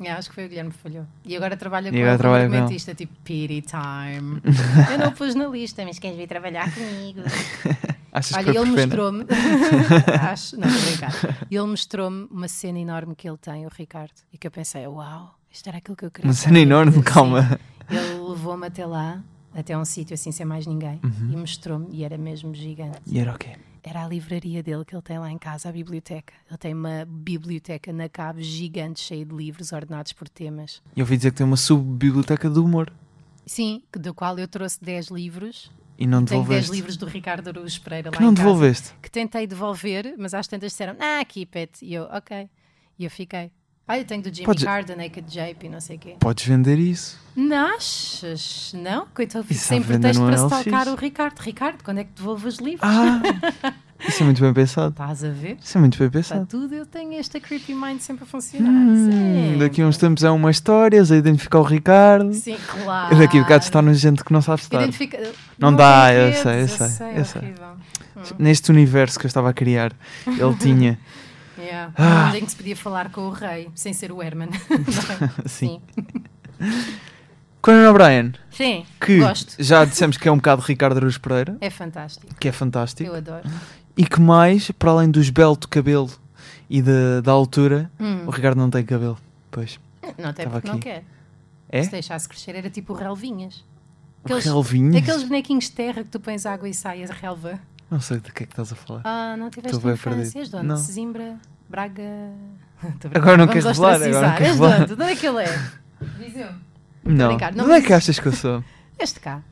Speaker 3: Ah, acho que foi o Guilherme que falhou. E agora trabalha com
Speaker 2: agora
Speaker 3: ele
Speaker 2: trabalha
Speaker 3: como
Speaker 2: com ele.
Speaker 3: argumentista, tipo pity time. Eu não o pus na lista, mas queres vir trabalhar comigo?
Speaker 2: Achas
Speaker 3: Olha,
Speaker 2: que foi
Speaker 3: ele
Speaker 2: por pena?
Speaker 3: mostrou-me. acho, não, estou a brincar. Ele mostrou-me uma cena enorme que ele tem, o Ricardo, e que eu pensei, uau, isto era aquilo que eu queria.
Speaker 2: Uma
Speaker 3: para a
Speaker 2: cena
Speaker 3: minha
Speaker 2: enorme,
Speaker 3: vida. Sim.
Speaker 2: calma.
Speaker 3: Ele levou-me
Speaker 2: Uhum.
Speaker 3: até lá, até um sítio assim sem mais ninguém, e mostrou-me, e era mesmo gigante.
Speaker 2: E era o quê?
Speaker 3: Era a livraria dele que ele tem lá em casa, a biblioteca. Ele tem uma biblioteca na cave gigante, cheia de livros ordenados por temas.
Speaker 2: E eu ouvi dizer que tem uma subbiblioteca do humor.
Speaker 3: Sim, que- do qual eu trouxe 10 livros.
Speaker 2: E não
Speaker 3: Tenho 10
Speaker 2: devolveste.
Speaker 3: livros do Ricardo Araújo Pereira
Speaker 2: Que
Speaker 3: lá
Speaker 2: não
Speaker 3: em casa.
Speaker 2: devolveste.
Speaker 3: Que tentei devolver, mas às tantas disseram, ah, keep it. E eu, ok. E eu fiquei. Ah, eu tenho do Jimmy
Speaker 2: Podes-
Speaker 3: Carr, da Naked Jape e não sei o quê.
Speaker 2: Podes vender isso.
Speaker 3: Nasces, não? Coitado, fico
Speaker 2: Isso à
Speaker 3: sempre
Speaker 2: venda
Speaker 3: texto
Speaker 2: no
Speaker 3: para
Speaker 2: LX.
Speaker 3: stalkar o Ricardo. Ricardo, quando é que devolvo os livros?
Speaker 2: Ah! Isso é muito bem pensado.
Speaker 3: Estás a ver?
Speaker 2: Isso é muito bem
Speaker 3: Para
Speaker 2: pensado.
Speaker 3: tudo eu tenho esta creepy mind sempre a funcionar. Sempre.
Speaker 2: Hum, daqui a uns tempos é umas histórias a identificar o Ricardo.
Speaker 3: Sim, claro.
Speaker 2: E Daqui a bocado está no gente que não sabe estar.
Speaker 3: Identifica... é
Speaker 2: Não dá,
Speaker 3: tem
Speaker 2: eu
Speaker 3: redes,
Speaker 2: sei, eu sei, eu
Speaker 3: é
Speaker 2: sei.
Speaker 3: horrível.
Speaker 2: Neste universo que eu estava a criar, ele tinha.
Speaker 3: Yeah.
Speaker 2: Ah.
Speaker 3: Um mundo em que se podia falar com o rei, sem ser o Herman. é?
Speaker 2: Sim. assim. Conan O'Brien,
Speaker 3: Sim,
Speaker 2: que
Speaker 3: gosto.
Speaker 2: já dissemos que é um bocado Ricardo Aruz Pereira,
Speaker 3: É fantástico.
Speaker 2: que é fantástico.
Speaker 3: Eu adoro.
Speaker 2: E que mais, para além do esbelto cabelo e da, da altura, o Ricardo não tem cabelo. Pois.
Speaker 3: Hum, Não tem
Speaker 2: Estava
Speaker 3: porque não
Speaker 2: aqui.
Speaker 3: quer.
Speaker 2: É?
Speaker 3: Se deixasse crescer, era tipo o relvinhas.
Speaker 2: Relvinhas?
Speaker 3: Aqueles bonequinhos de terra que tu pões água e sai a relva.
Speaker 2: Não sei do que é que estás a falar.
Speaker 3: Ah, não tiveste
Speaker 2: Estou bem
Speaker 3: infâncias?
Speaker 2: perdido.
Speaker 3: De onde?
Speaker 2: Não.
Speaker 3: Sesimbra, Braga. Estou a brincar.
Speaker 2: Agora não
Speaker 3: Vamos
Speaker 2: queres revelar, agora não
Speaker 3: ostracizar.
Speaker 2: queres
Speaker 3: És de
Speaker 2: revelar.
Speaker 3: onde? De onde é que ele é? Viseu.
Speaker 2: não.
Speaker 3: brincar, não,
Speaker 2: Onde é
Speaker 3: mas-
Speaker 2: que achas que eu sou?
Speaker 3: Este cá.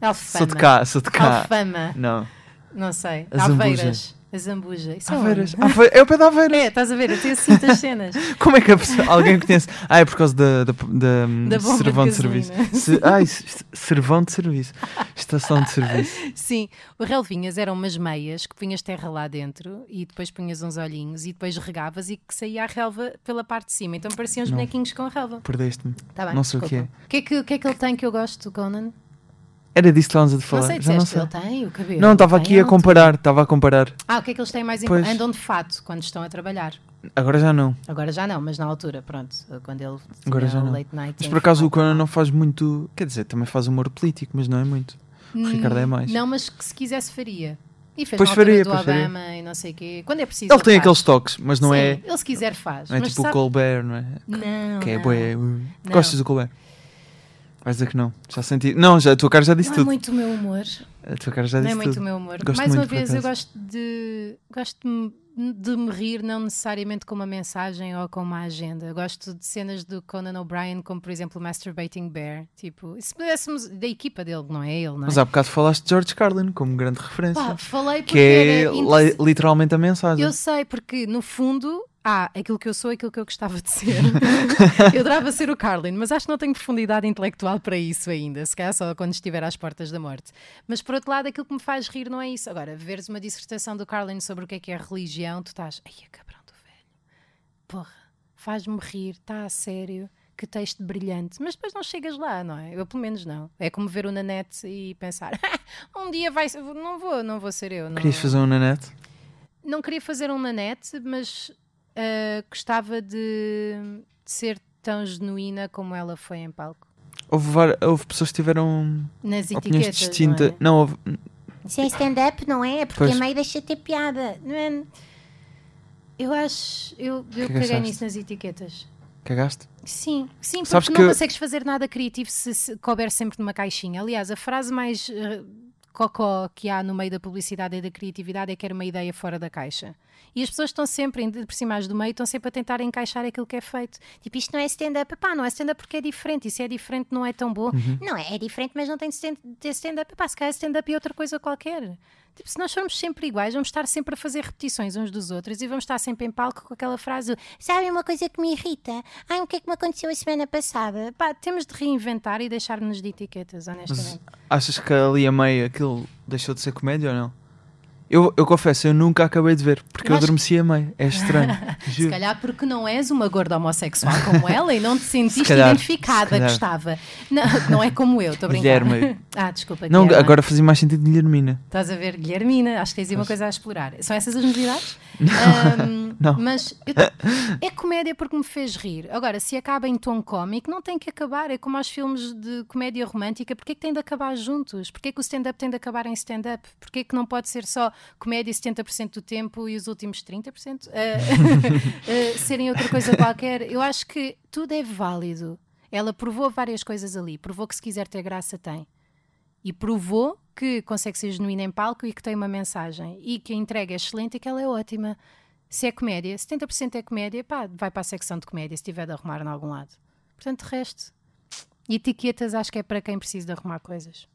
Speaker 3: Alfama.
Speaker 2: Sou de cá, sou de cá.
Speaker 3: Alfama.
Speaker 2: Não.
Speaker 3: Não sei.
Speaker 2: A Zambuja.
Speaker 3: Aveiras. A Zambuja. Isso é onde?
Speaker 2: Aveiras. Ave... É o pé de Aveiras.
Speaker 3: É, estás a ver? Eu tenho assim das cenas.
Speaker 2: Como é que a pessoa- alguém conhece? Ah, é por causa da, da, da,
Speaker 3: Da bomba de
Speaker 2: servão de,
Speaker 3: gasolina.
Speaker 2: serviço. Se, ai, s- s- servão de serviço. Estação de serviço.
Speaker 3: Sim, o relvinhas eram umas meias que punhas terra lá dentro e depois punhas uns olhinhos e depois regavas e que saía a relva pela parte de cima. Então pareciam os
Speaker 2: Não.
Speaker 3: bonequinhos com relva.
Speaker 2: Perdeste-me.
Speaker 3: Tá bem,
Speaker 2: não sei o que
Speaker 3: desculpa.
Speaker 2: é.
Speaker 3: O que é que, o que é que ele tem que eu gosto, Conan?
Speaker 2: Era disso que estávamos a falar.
Speaker 3: não sei,
Speaker 2: Já
Speaker 3: disseste,
Speaker 2: não sei.
Speaker 3: ele é um tem o cabelo.
Speaker 2: Não, estava
Speaker 3: tem
Speaker 2: aqui a
Speaker 3: alto.
Speaker 2: comparar. Estava a comparar.
Speaker 3: Ah, o que é que eles têm mais em
Speaker 2: Pois.
Speaker 3: comum? Andam de fato quando estão a trabalhar.
Speaker 2: Agora já não.
Speaker 3: Agora já não, mas na altura, pronto. Quando ele tinha
Speaker 2: Agora já
Speaker 3: o
Speaker 2: não.
Speaker 3: late night.
Speaker 2: Mas
Speaker 3: em
Speaker 2: por acaso o
Speaker 3: formato.
Speaker 2: Conan não faz muito. Quer dizer, também faz humor político, mas não é muito. O Ricardo é mais.
Speaker 3: Hum, Não, mas que se quisesse faria. E fez
Speaker 2: Pois
Speaker 3: na altura
Speaker 2: faria,
Speaker 3: do
Speaker 2: pois faria.
Speaker 3: Obama e não sei o quê. Quando é preciso.
Speaker 2: Ele tem
Speaker 3: faz.
Speaker 2: aqueles toques, mas não
Speaker 3: Sim,
Speaker 2: é.
Speaker 3: Ele se quiser faz.
Speaker 2: Não é
Speaker 3: mas
Speaker 2: tipo o
Speaker 3: sabe-
Speaker 2: Colbert, não é?
Speaker 3: Não.
Speaker 2: Que é
Speaker 3: não.
Speaker 2: bué. uh. Gostas do Colbert? Vais dizer que não. Já senti. Não, já, a tua cara já disse
Speaker 3: Não é
Speaker 2: tudo.
Speaker 3: muito o meu humor.
Speaker 2: A tua cara já
Speaker 3: Não
Speaker 2: disse
Speaker 3: é muito
Speaker 2: tudo.
Speaker 3: o meu humor.
Speaker 2: Gosto
Speaker 3: Mais uma
Speaker 2: muito, por
Speaker 3: vez, eu
Speaker 2: acaso.
Speaker 3: gosto de. Gosto de me- de me rir, não necessariamente com uma mensagem ou com uma agenda. Eu gosto de cenas do Conan O'Brien, como por exemplo Masturbating Bear. Tipo, e se pudéssemos. da equipa dele, não é ele, não é?
Speaker 2: Mas há bocado falaste de George Carlin como grande referência.
Speaker 3: Pá, falei porque
Speaker 2: que é
Speaker 3: era
Speaker 2: li-
Speaker 3: inter-
Speaker 2: literalmente a mensagem.
Speaker 3: Eu sei, porque no fundo há aquilo que eu sou e aquilo que eu gostava de ser. eu adorava ser o Carlin, mas acho que não tenho profundidade intelectual para isso ainda. Se calhar só quando estiver às portas da morte. Mas por outro lado, aquilo que me faz rir não é isso. Agora, veres uma dissertação do Carlin sobre o que é que é religião, tu estás. Ai, é cabrão do velho. Porra, faz-me rir, está a sério. Que texto brilhante, mas depois não chegas lá, não é? Eu pelo menos não. É como ver o Nanette e pensar: um dia vai ser. Não vou, não vou ser eu. Não,
Speaker 2: Querias fazer um nanete?
Speaker 3: não queria fazer um nanete, mas ah, gostava de, de ser tão genuína como ela foi em palco.
Speaker 2: Houve, var- houve pessoas que tiveram
Speaker 3: Nas
Speaker 2: opiniões
Speaker 3: etiquetas.
Speaker 2: distintas.
Speaker 3: não é?
Speaker 2: Não, houve-
Speaker 4: Isso é stand-up, não é? É Porque
Speaker 2: Pois.
Speaker 4: a meio deixa de ter piada.
Speaker 3: Não é? Eu acho. Eu, eu
Speaker 2: que
Speaker 3: caguei
Speaker 2: achaste?
Speaker 3: nisso nas etiquetas.
Speaker 2: cagaste?
Speaker 3: Sim, sim, porque
Speaker 2: Sabes
Speaker 3: não
Speaker 2: que-
Speaker 3: consegues fazer nada criativo se, se couber sempre numa caixinha. Aliás, a frase mais eh, cocó que há no meio da publicidade e da criatividade é que era uma ideia fora da caixa. E as pessoas estão sempre, ainda por cima as do meio, estão sempre a tentar encaixar aquilo que é feito. Tipo, isto não é stand-up, pá, não é stand-up porque é diferente, isso é diferente, não é tão bom.
Speaker 2: Uhum.
Speaker 4: Não, é diferente, mas
Speaker 3: Mas não tem de stand- ter stand-up, pá, se calhar stand-up é outra coisa qualquer. Tipo, se nós formos sempre iguais, vamos estar sempre a fazer repetições uns dos outros e vamos estar sempre em palco com aquela frase do
Speaker 4: sabem uma coisa que me irrita? Ai, o que é que me aconteceu a semana passada?
Speaker 3: Pá, temos de reinventar e deixar-nos de etiquetas, honestamente.
Speaker 2: Achas que ali a meio aquilo deixou de ser comédia ou não? Eu, eu confesso, eu nunca acabei de ver, porque
Speaker 3: Eu
Speaker 2: eu
Speaker 3: acho-
Speaker 2: adormeci a meio. É estranho.
Speaker 3: Se
Speaker 2: Juro.
Speaker 3: calhar é porque não és uma gorda homossexual como ela e não te sentiste
Speaker 2: calhar, se
Speaker 3: identificada,
Speaker 2: calhar.
Speaker 3: gostava. Não, não é como eu, estou a brincar.
Speaker 2: Guilherme.
Speaker 3: Ah, desculpa,
Speaker 2: Não,
Speaker 3: Guilherme.
Speaker 2: agora fazia mais sentido Guilhermina.
Speaker 3: Estás a ver, Guilhermina, acho que tens aí uma coisa a explorar. São essas as novidades? Ahm,
Speaker 2: não.
Speaker 3: Mas eu te- é comédia porque me fez rir. Agora, se acaba em tom cómico, não tem que acabar. É como aos filmes de comédia romântica. Porquê que tem de acabar juntos? Porquê que o stand-up tem de acabar em stand-up? Porquê que não pode ser só comédia 70% do tempo e os últimos 30% ah, ah, serem outra coisa qualquer? Eu acho que tudo é válido. Ela provou várias coisas ali. Provou que se quiser ter graça, tem. e provou que consegue ser genuína em palco e que tem uma mensagem e que a entrega é excelente e que ela é ótima. Se é comédia, 70% é comédia, pá, vai para a secção de comédia se tiver de arrumar em algum lado. Portanto, de resto, etiquetas acho que é para quem precisa de arrumar coisas.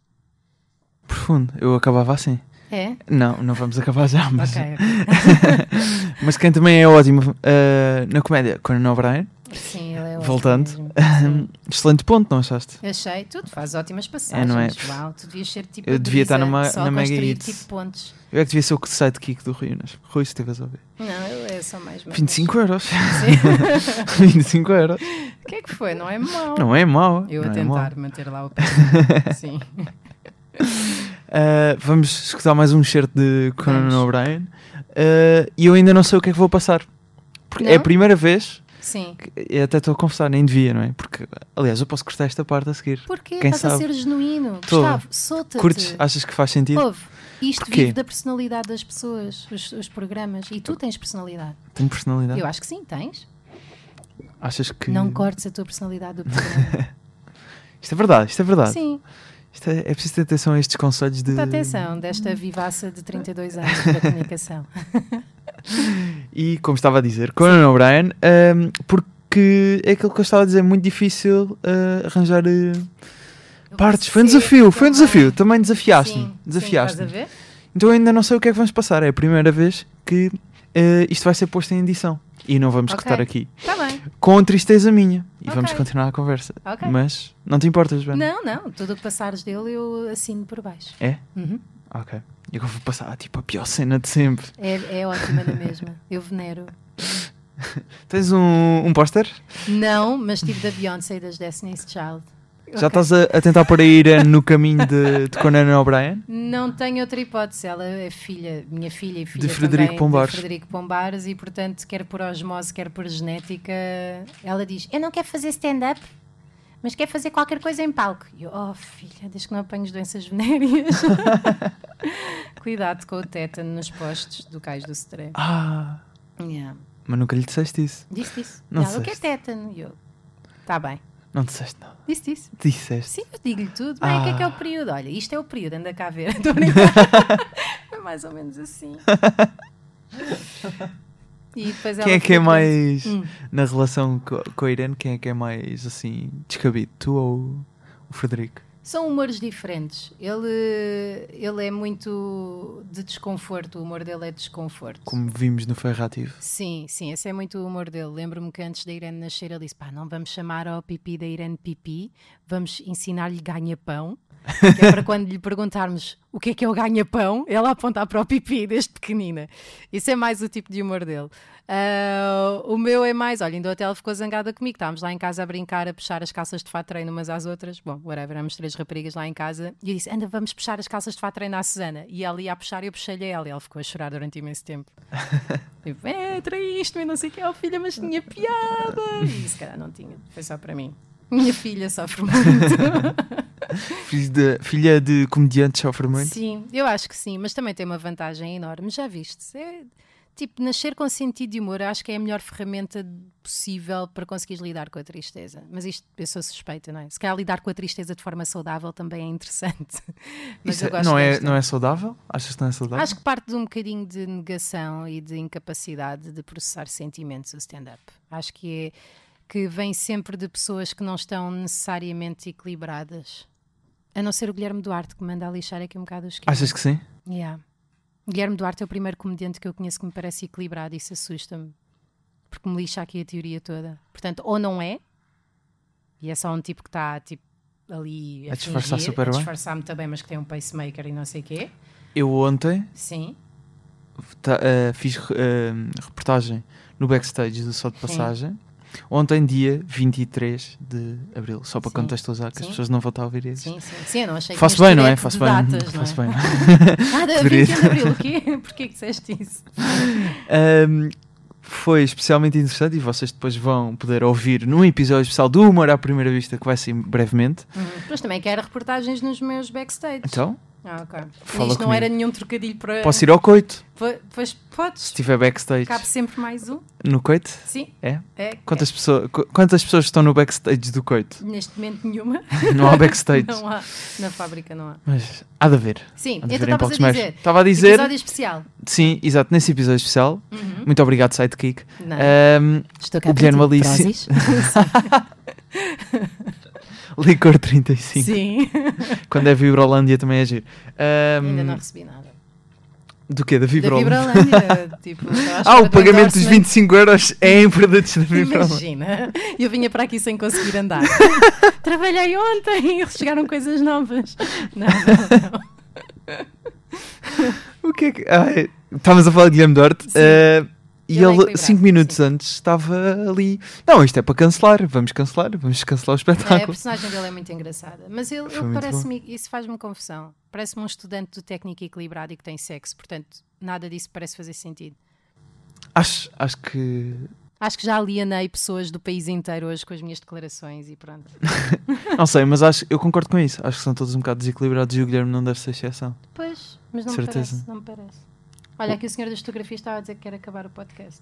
Speaker 2: Profundo, eu acabava assim.
Speaker 3: É?
Speaker 2: Não, não vamos acabar já, mas,
Speaker 3: Ok.
Speaker 2: mas quem também é ótimo ah, na comédia, Conan O'Brien,
Speaker 3: Sim, ele é ótimo
Speaker 2: voltando,
Speaker 3: mesmo.
Speaker 2: excelente ponto, não achaste?
Speaker 3: Achei, tu fazes ótimas passagens,
Speaker 2: É, não é?
Speaker 3: João. Tu devias ser tipo.
Speaker 2: Eu
Speaker 3: a
Speaker 2: devia estar
Speaker 3: Teresa,
Speaker 2: numa-
Speaker 3: só
Speaker 2: na
Speaker 3: a
Speaker 2: Mega
Speaker 3: construir,
Speaker 2: Hits.
Speaker 3: tipo pontos.
Speaker 2: Eu é que devia ser o sidekick do Rui Unas. Rui, se estiveres a ouvir.
Speaker 3: Não, ele é só mais. menos.
Speaker 2: 25 euros.
Speaker 3: Sim.
Speaker 2: 25 euros.
Speaker 3: O que é que foi? Não é mau.
Speaker 2: Não é mau.
Speaker 3: Eu
Speaker 2: não
Speaker 3: a
Speaker 2: é mau.
Speaker 3: tentar manter lá o pé. Sim.
Speaker 2: Uh, vamos escutar mais um certo de Conan
Speaker 3: Vamos.
Speaker 2: O'Brien. Uh, E eu ainda não sei o que é que vou passar. Porque é a
Speaker 3: Não?
Speaker 2: primeira vez,
Speaker 3: Sim.
Speaker 2: que- eu até estou a confessar, nem devia, não é? Porque, aliás, eu posso cortar esta parte a seguir.
Speaker 3: Porquê?
Speaker 2: Quem
Speaker 3: Estás a
Speaker 2: sabe?
Speaker 3: ser genuíno.
Speaker 2: Tô.
Speaker 3: Gustavo, solta-te.
Speaker 2: Curtes? Achas que faz sentido?
Speaker 3: Ouve, isto
Speaker 2: Porquê? Tá.
Speaker 3: vive da personalidade das pessoas, os, os programas. E tu tens personalidade.
Speaker 2: Tenho personalidade?
Speaker 3: Eu acho que sim, tens.
Speaker 2: Achas Tá. que. Tá.
Speaker 3: Não cortes a tua personalidade do programa.
Speaker 2: Isto é verdade, isto é verdade.
Speaker 3: sim,
Speaker 2: Isto é, é preciso ter atenção a estes conselhos de.
Speaker 3: dá atenção
Speaker 2: hum.
Speaker 3: desta vivaça de 32 anos da comunicação.
Speaker 2: E como estava a dizer, Conan O'Brien, um, porque é aquilo que eu estava a dizer, muito difícil uh, arranjar uh, partes. Foi um
Speaker 3: percebo
Speaker 2: desafio, foi um
Speaker 3: também.
Speaker 2: desafio. Também desafiaste-me.
Speaker 3: Sim,
Speaker 2: Desafiaste-me.
Speaker 3: Sim, estás a ver?
Speaker 2: Então eu ainda não sei o que é que vamos passar. É a primeira vez que eh, isto vai ser posto em edição. E não vamos
Speaker 3: Ok.
Speaker 2: cortar aqui.
Speaker 3: Está Tá bem.
Speaker 2: Com tristeza minha. E
Speaker 3: Ok.
Speaker 2: vamos continuar a conversa.
Speaker 3: Ok.
Speaker 2: Mas não te importas, Ben?
Speaker 3: Não, não, tudo o que passares dele eu assino por baixo.
Speaker 2: É?
Speaker 3: Uhum.
Speaker 2: Ok. E agora vou passar tipo a pior cena de sempre.
Speaker 3: É, é ótima da mesma. Eu venero.
Speaker 2: Tens um, um póster?
Speaker 3: Não, mas tipo da Beyoncé e das Destiny's Child.
Speaker 2: Já estás a, a tentar pôr a Irene no caminho de, de Conan O'Brien?
Speaker 3: Não tenho outra hipótese. Ela é filha, minha filha e filha
Speaker 2: De Frederico
Speaker 3: também,
Speaker 2: Pombares.
Speaker 3: de Frederico Pombares e, portanto, quer por osmose, quer por genética, ela diz: Eu não quero fazer stand-up, mas quero fazer qualquer coisa em palco. E eu, oh filha, desde que não apanhes doenças venéreas. Cuidado com o tétano nos postos do cais do Stré.
Speaker 2: Ah,
Speaker 3: Yeah.
Speaker 2: mas nunca lhe disseste isso.
Speaker 3: Disse isso.
Speaker 2: Não
Speaker 3: ela, o que é
Speaker 2: disseste.
Speaker 3: tétano? E eu, tá bem.
Speaker 2: Não disseste nada.
Speaker 3: Disse isso.
Speaker 2: Disseste.
Speaker 3: Sim, eu digo-lhe tudo. Bem, o que é que é o
Speaker 2: Ah.
Speaker 3: período? Olha, isto é o período, anda cá a ver. Estou a brincar.
Speaker 2: É
Speaker 3: Foi mais ou menos assim. E depois ela
Speaker 2: Quem é que é
Speaker 3: ficou
Speaker 2: mais,
Speaker 3: Hum.
Speaker 2: na relação co- com a Irene, quem é que é mais assim descabido? Tu ou o Frederico?
Speaker 3: com- São humores diferentes. Ele, ele é muito de desconforto. O humor dele é desconforto.
Speaker 2: Como vimos no Ferrativo.
Speaker 3: Sim, sim, esse é muito o humor dele. Lembro-me que antes da Irene nascer, ele disse: pá, não vamos chamar ao pipi da Irene pipi, vamos ensinar-lhe ganha-pão. que é para quando lhe perguntarmos o que é que é o ganha-pão, ela apontar para o pipi desde pequenina. Isso é mais o tipo de humor dele. Ah, o meu é mais, olha, ainda até ela ficou zangada comigo. Estávamos lá em casa a brincar, a puxar as calças de fato treino umas às outras. Bom, whatever, éramos três raparigas lá em casa. E eu disse: anda, vamos puxar as calças de fato treino à Susana. E ela ia a puxar e eu puxei-lhe a ela. E ela ficou a chorar durante imenso tempo. Tipo, é, traíste-me, não sei o que é, oh, filha, mas tinha piada. E se calhar não tinha, foi só para mim. Minha filha sofre muito.
Speaker 2: Filho de- filha de comediante sofre muito.
Speaker 3: sim, eu acho que sim, mas também tem uma vantagem enorme, já viste? É, tipo, nascer com sentido de humor, acho que é a melhor ferramenta possível para conseguires lidar com a tristeza. Mas isto, eu sou suspeita, não é? Se calhar lidar com a tristeza de forma saudável também é interessante. Mas
Speaker 2: Isso
Speaker 3: eu
Speaker 2: é-
Speaker 3: gosto
Speaker 2: não, é,
Speaker 3: desta.
Speaker 2: não é saudável? Achas que não é saudável?
Speaker 3: Acho que parte de um bocadinho de negação e de incapacidade de processar sentimentos o stand-up. Acho que é que vem sempre de pessoas que não estão necessariamente equilibradas. A não ser o Guilherme Duarte, que manda a lixar aqui um bocado o esquema.
Speaker 2: Achas que Ah, sim?
Speaker 3: Yeah. Guilherme Duarte é o primeiro comediante que eu conheço que me parece equilibrado, isso assusta-me. Porque me lixa aqui a teoria toda. Portanto, ou não é, e é só um tipo que está tipo, ali a,
Speaker 2: A disfarçar
Speaker 3: fingir,
Speaker 2: super
Speaker 3: a
Speaker 2: bem.
Speaker 3: disfarçar muito bem, mas que tem um pacemaker e não sei o quê.
Speaker 2: Eu ontem
Speaker 3: Sim.
Speaker 2: ta- eh, fiz eh, reportagem no backstage do Só de Passagem. Ontem, dia 23 de abril. Só para
Speaker 3: Sim.
Speaker 2: contextualizar, que as
Speaker 3: Sim.
Speaker 2: pessoas não vão estar a ouvir isso.
Speaker 3: Sim, sim. Sim, eu não achei que
Speaker 2: Faço
Speaker 3: tinhas
Speaker 2: bem, não é?
Speaker 3: direto
Speaker 2: Faço
Speaker 3: de
Speaker 2: bem.
Speaker 3: datas, não é?
Speaker 2: Faço bem.
Speaker 3: Nada,
Speaker 2: Poderia.
Speaker 3: 21 de Abril, o quê? Porquê que disseste isso?
Speaker 2: Um, foi especialmente interessante e vocês depois vão poder ouvir num episódio especial do Humor à Primeira Vista que vai sair brevemente.
Speaker 3: Mas também quero reportagens nos meus backstage.
Speaker 2: Então,
Speaker 3: Ah, ok.
Speaker 2: Fala
Speaker 3: Isto
Speaker 2: comigo.
Speaker 3: não era nenhum trocadilho para.
Speaker 2: Posso ir ao coito,
Speaker 3: Po- Pois podes.
Speaker 2: se tiver backstage.
Speaker 3: Cabe sempre mais um.
Speaker 2: No coito?
Speaker 3: Sim.
Speaker 2: É?
Speaker 3: É,
Speaker 2: Quantas, pessoas, qu- quantas pessoas estão no backstage do coito?
Speaker 3: é. Neste momento nenhuma.
Speaker 2: Não há backstage.
Speaker 3: Não há. Na fábrica não há.
Speaker 2: Mas há de haver.
Speaker 3: Sim,
Speaker 2: Há de haver em
Speaker 3: então estavas a
Speaker 2: Palcos Meros.
Speaker 3: dizer.
Speaker 2: Estava a dizer.
Speaker 3: Episódio Hum? especial. Uhum.
Speaker 2: Sim, exato, nesse episódio especial. Muito obrigado, Sidekick.
Speaker 3: Não.
Speaker 2: Ahm,
Speaker 3: Estou
Speaker 2: cá Eh, o para Guilherme ti. Alice. Trazes? Licor 35.
Speaker 3: Sim.
Speaker 2: Quando é Vibrolândia também é giro. Ahm,
Speaker 3: Ainda não recebi nada.
Speaker 2: Do quê? Da
Speaker 3: Da
Speaker 2: Vibrolândia?
Speaker 3: Vibrolândia. tipo, estava à
Speaker 2: Ah,
Speaker 3: espera
Speaker 2: o
Speaker 3: do
Speaker 2: pagamento dos
Speaker 3: endorsement.
Speaker 2: 25 euros é em produtos da Vibrolândia.
Speaker 3: Imagina, eu vinha para aqui sem conseguir andar. Trabalhei ontem e chegaram coisas novas. Não, não, não.
Speaker 2: O que é que. Ai, estávamos a falar de Guilherme Dort. ah, e
Speaker 3: Ele é
Speaker 2: ele,
Speaker 3: equilibrado,
Speaker 2: 5 minutos
Speaker 3: sim.
Speaker 2: antes, estava ali. Não, isto é para cancelar. Vamos cancelar. Vamos cancelar o
Speaker 3: É, a
Speaker 2: espetáculo.
Speaker 3: personagem dele é muito engraçada. Mas ele,
Speaker 2: Tá Foi
Speaker 3: ele
Speaker 2: muito
Speaker 3: parece-me, isso faz-me confusão. Parece-me um estudante do técnico equilibrado e que tem sexo, portanto, nada disso parece fazer sentido.
Speaker 2: Acho, acho que.
Speaker 3: Acho que já alienei pessoas do país inteiro hoje com as minhas declarações e pronto.
Speaker 2: Não sei, mas acho, eu concordo com isso. Acho que são todos um bocado desequilibrados e o Guilherme não deve ser exceção.
Speaker 3: Pois, mas não
Speaker 2: Certeza.
Speaker 3: me parece, não me parece. Olha, aqui o senhor das fotografias estava a dizer que quer acabar o podcast.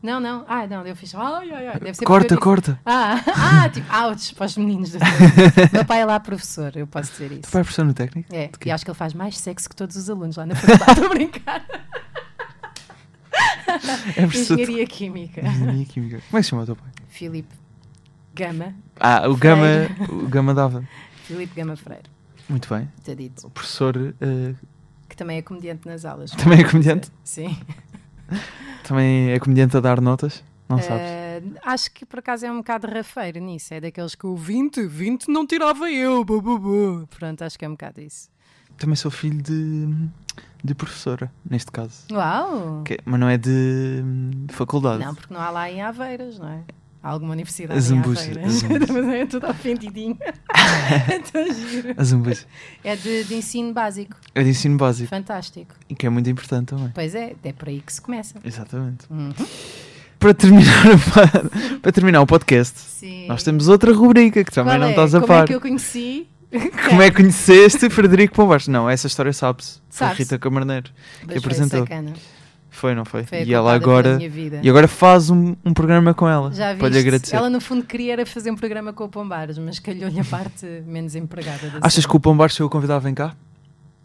Speaker 3: Não, não, ah, não, eu fiz. Ai, ai, ai, deve ser porque
Speaker 2: Corta,
Speaker 3: eu disse-
Speaker 2: corta.
Speaker 3: Ah, ah, tipo, outs para os meninos do técnico. Meu pai é lá professor, eu posso dizer
Speaker 2: Tu
Speaker 3: isso.
Speaker 2: vai professor no técnico?
Speaker 3: É, e acho que ele faz mais sexo que todos os alunos lá na faculdade, estou a brincar.
Speaker 2: É professor de
Speaker 3: Engenharia Química.
Speaker 2: Engenharia e Química. Como é que se chama o teu pai?
Speaker 3: Filipe Gama,
Speaker 2: Ah, o Gama, o Gama dava.
Speaker 3: Filipe Gama Freire,
Speaker 2: Muito bem.
Speaker 3: está dito.
Speaker 2: O professor eh,
Speaker 3: Que também é comediante nas aulas.
Speaker 2: também é comediante.
Speaker 3: Sim.
Speaker 2: Também é comediante a dar notas. Não sabes.
Speaker 3: Eh, acho que por acaso é um bocado rafeiro nisso. É daqueles que o 20, 20 não tirava eu. Bu, bu, bu. Pronto, acho que é um bocado isso.
Speaker 2: Também sou filho de, de professora, neste caso.
Speaker 3: Uau!
Speaker 2: Que- mas não é de hum, faculdade.
Speaker 3: Não, porque não há lá em Aveiras, não é? Há alguma universidade
Speaker 2: Zambuja,
Speaker 3: em Aveiras.
Speaker 2: Zambuja.
Speaker 3: Mas é tudo ofendidinho. é tão giro.
Speaker 2: A Zambuja.
Speaker 3: É de, de ensino básico.
Speaker 2: É de ensino básico,
Speaker 3: Fantástico.
Speaker 2: e que é muito importante também.
Speaker 3: Pois é, é por aí que se começa.
Speaker 2: Exatamente. Para, terminar, o pod- para terminar o podcast,
Speaker 3: Sim.
Speaker 2: nós temos outra rubrica que também
Speaker 3: Qual
Speaker 2: não
Speaker 3: é?
Speaker 2: estás a
Speaker 3: Como
Speaker 2: par.
Speaker 3: é que eu conheci?
Speaker 2: Como é que conheceste Frederico Pombares? Não, essa história sabe-se. Foi
Speaker 3: Sabe-se.
Speaker 2: Rita Camarneiro que
Speaker 3: Pois foi,
Speaker 2: apresentou.
Speaker 3: sacana.
Speaker 2: Foi, não foi?
Speaker 3: Foi a
Speaker 2: e ela
Speaker 3: culpada pela
Speaker 2: agora.
Speaker 3: minha vida.
Speaker 2: E agora faz um, um programa com ela.
Speaker 3: Já viste?
Speaker 2: para lhe agradecer.
Speaker 3: Ela no fundo queria era fazer um programa com o Pombares, mas calhou-lhe a parte menos empregada. da
Speaker 2: Achas que o Pombares foi o convidado? Vem cá?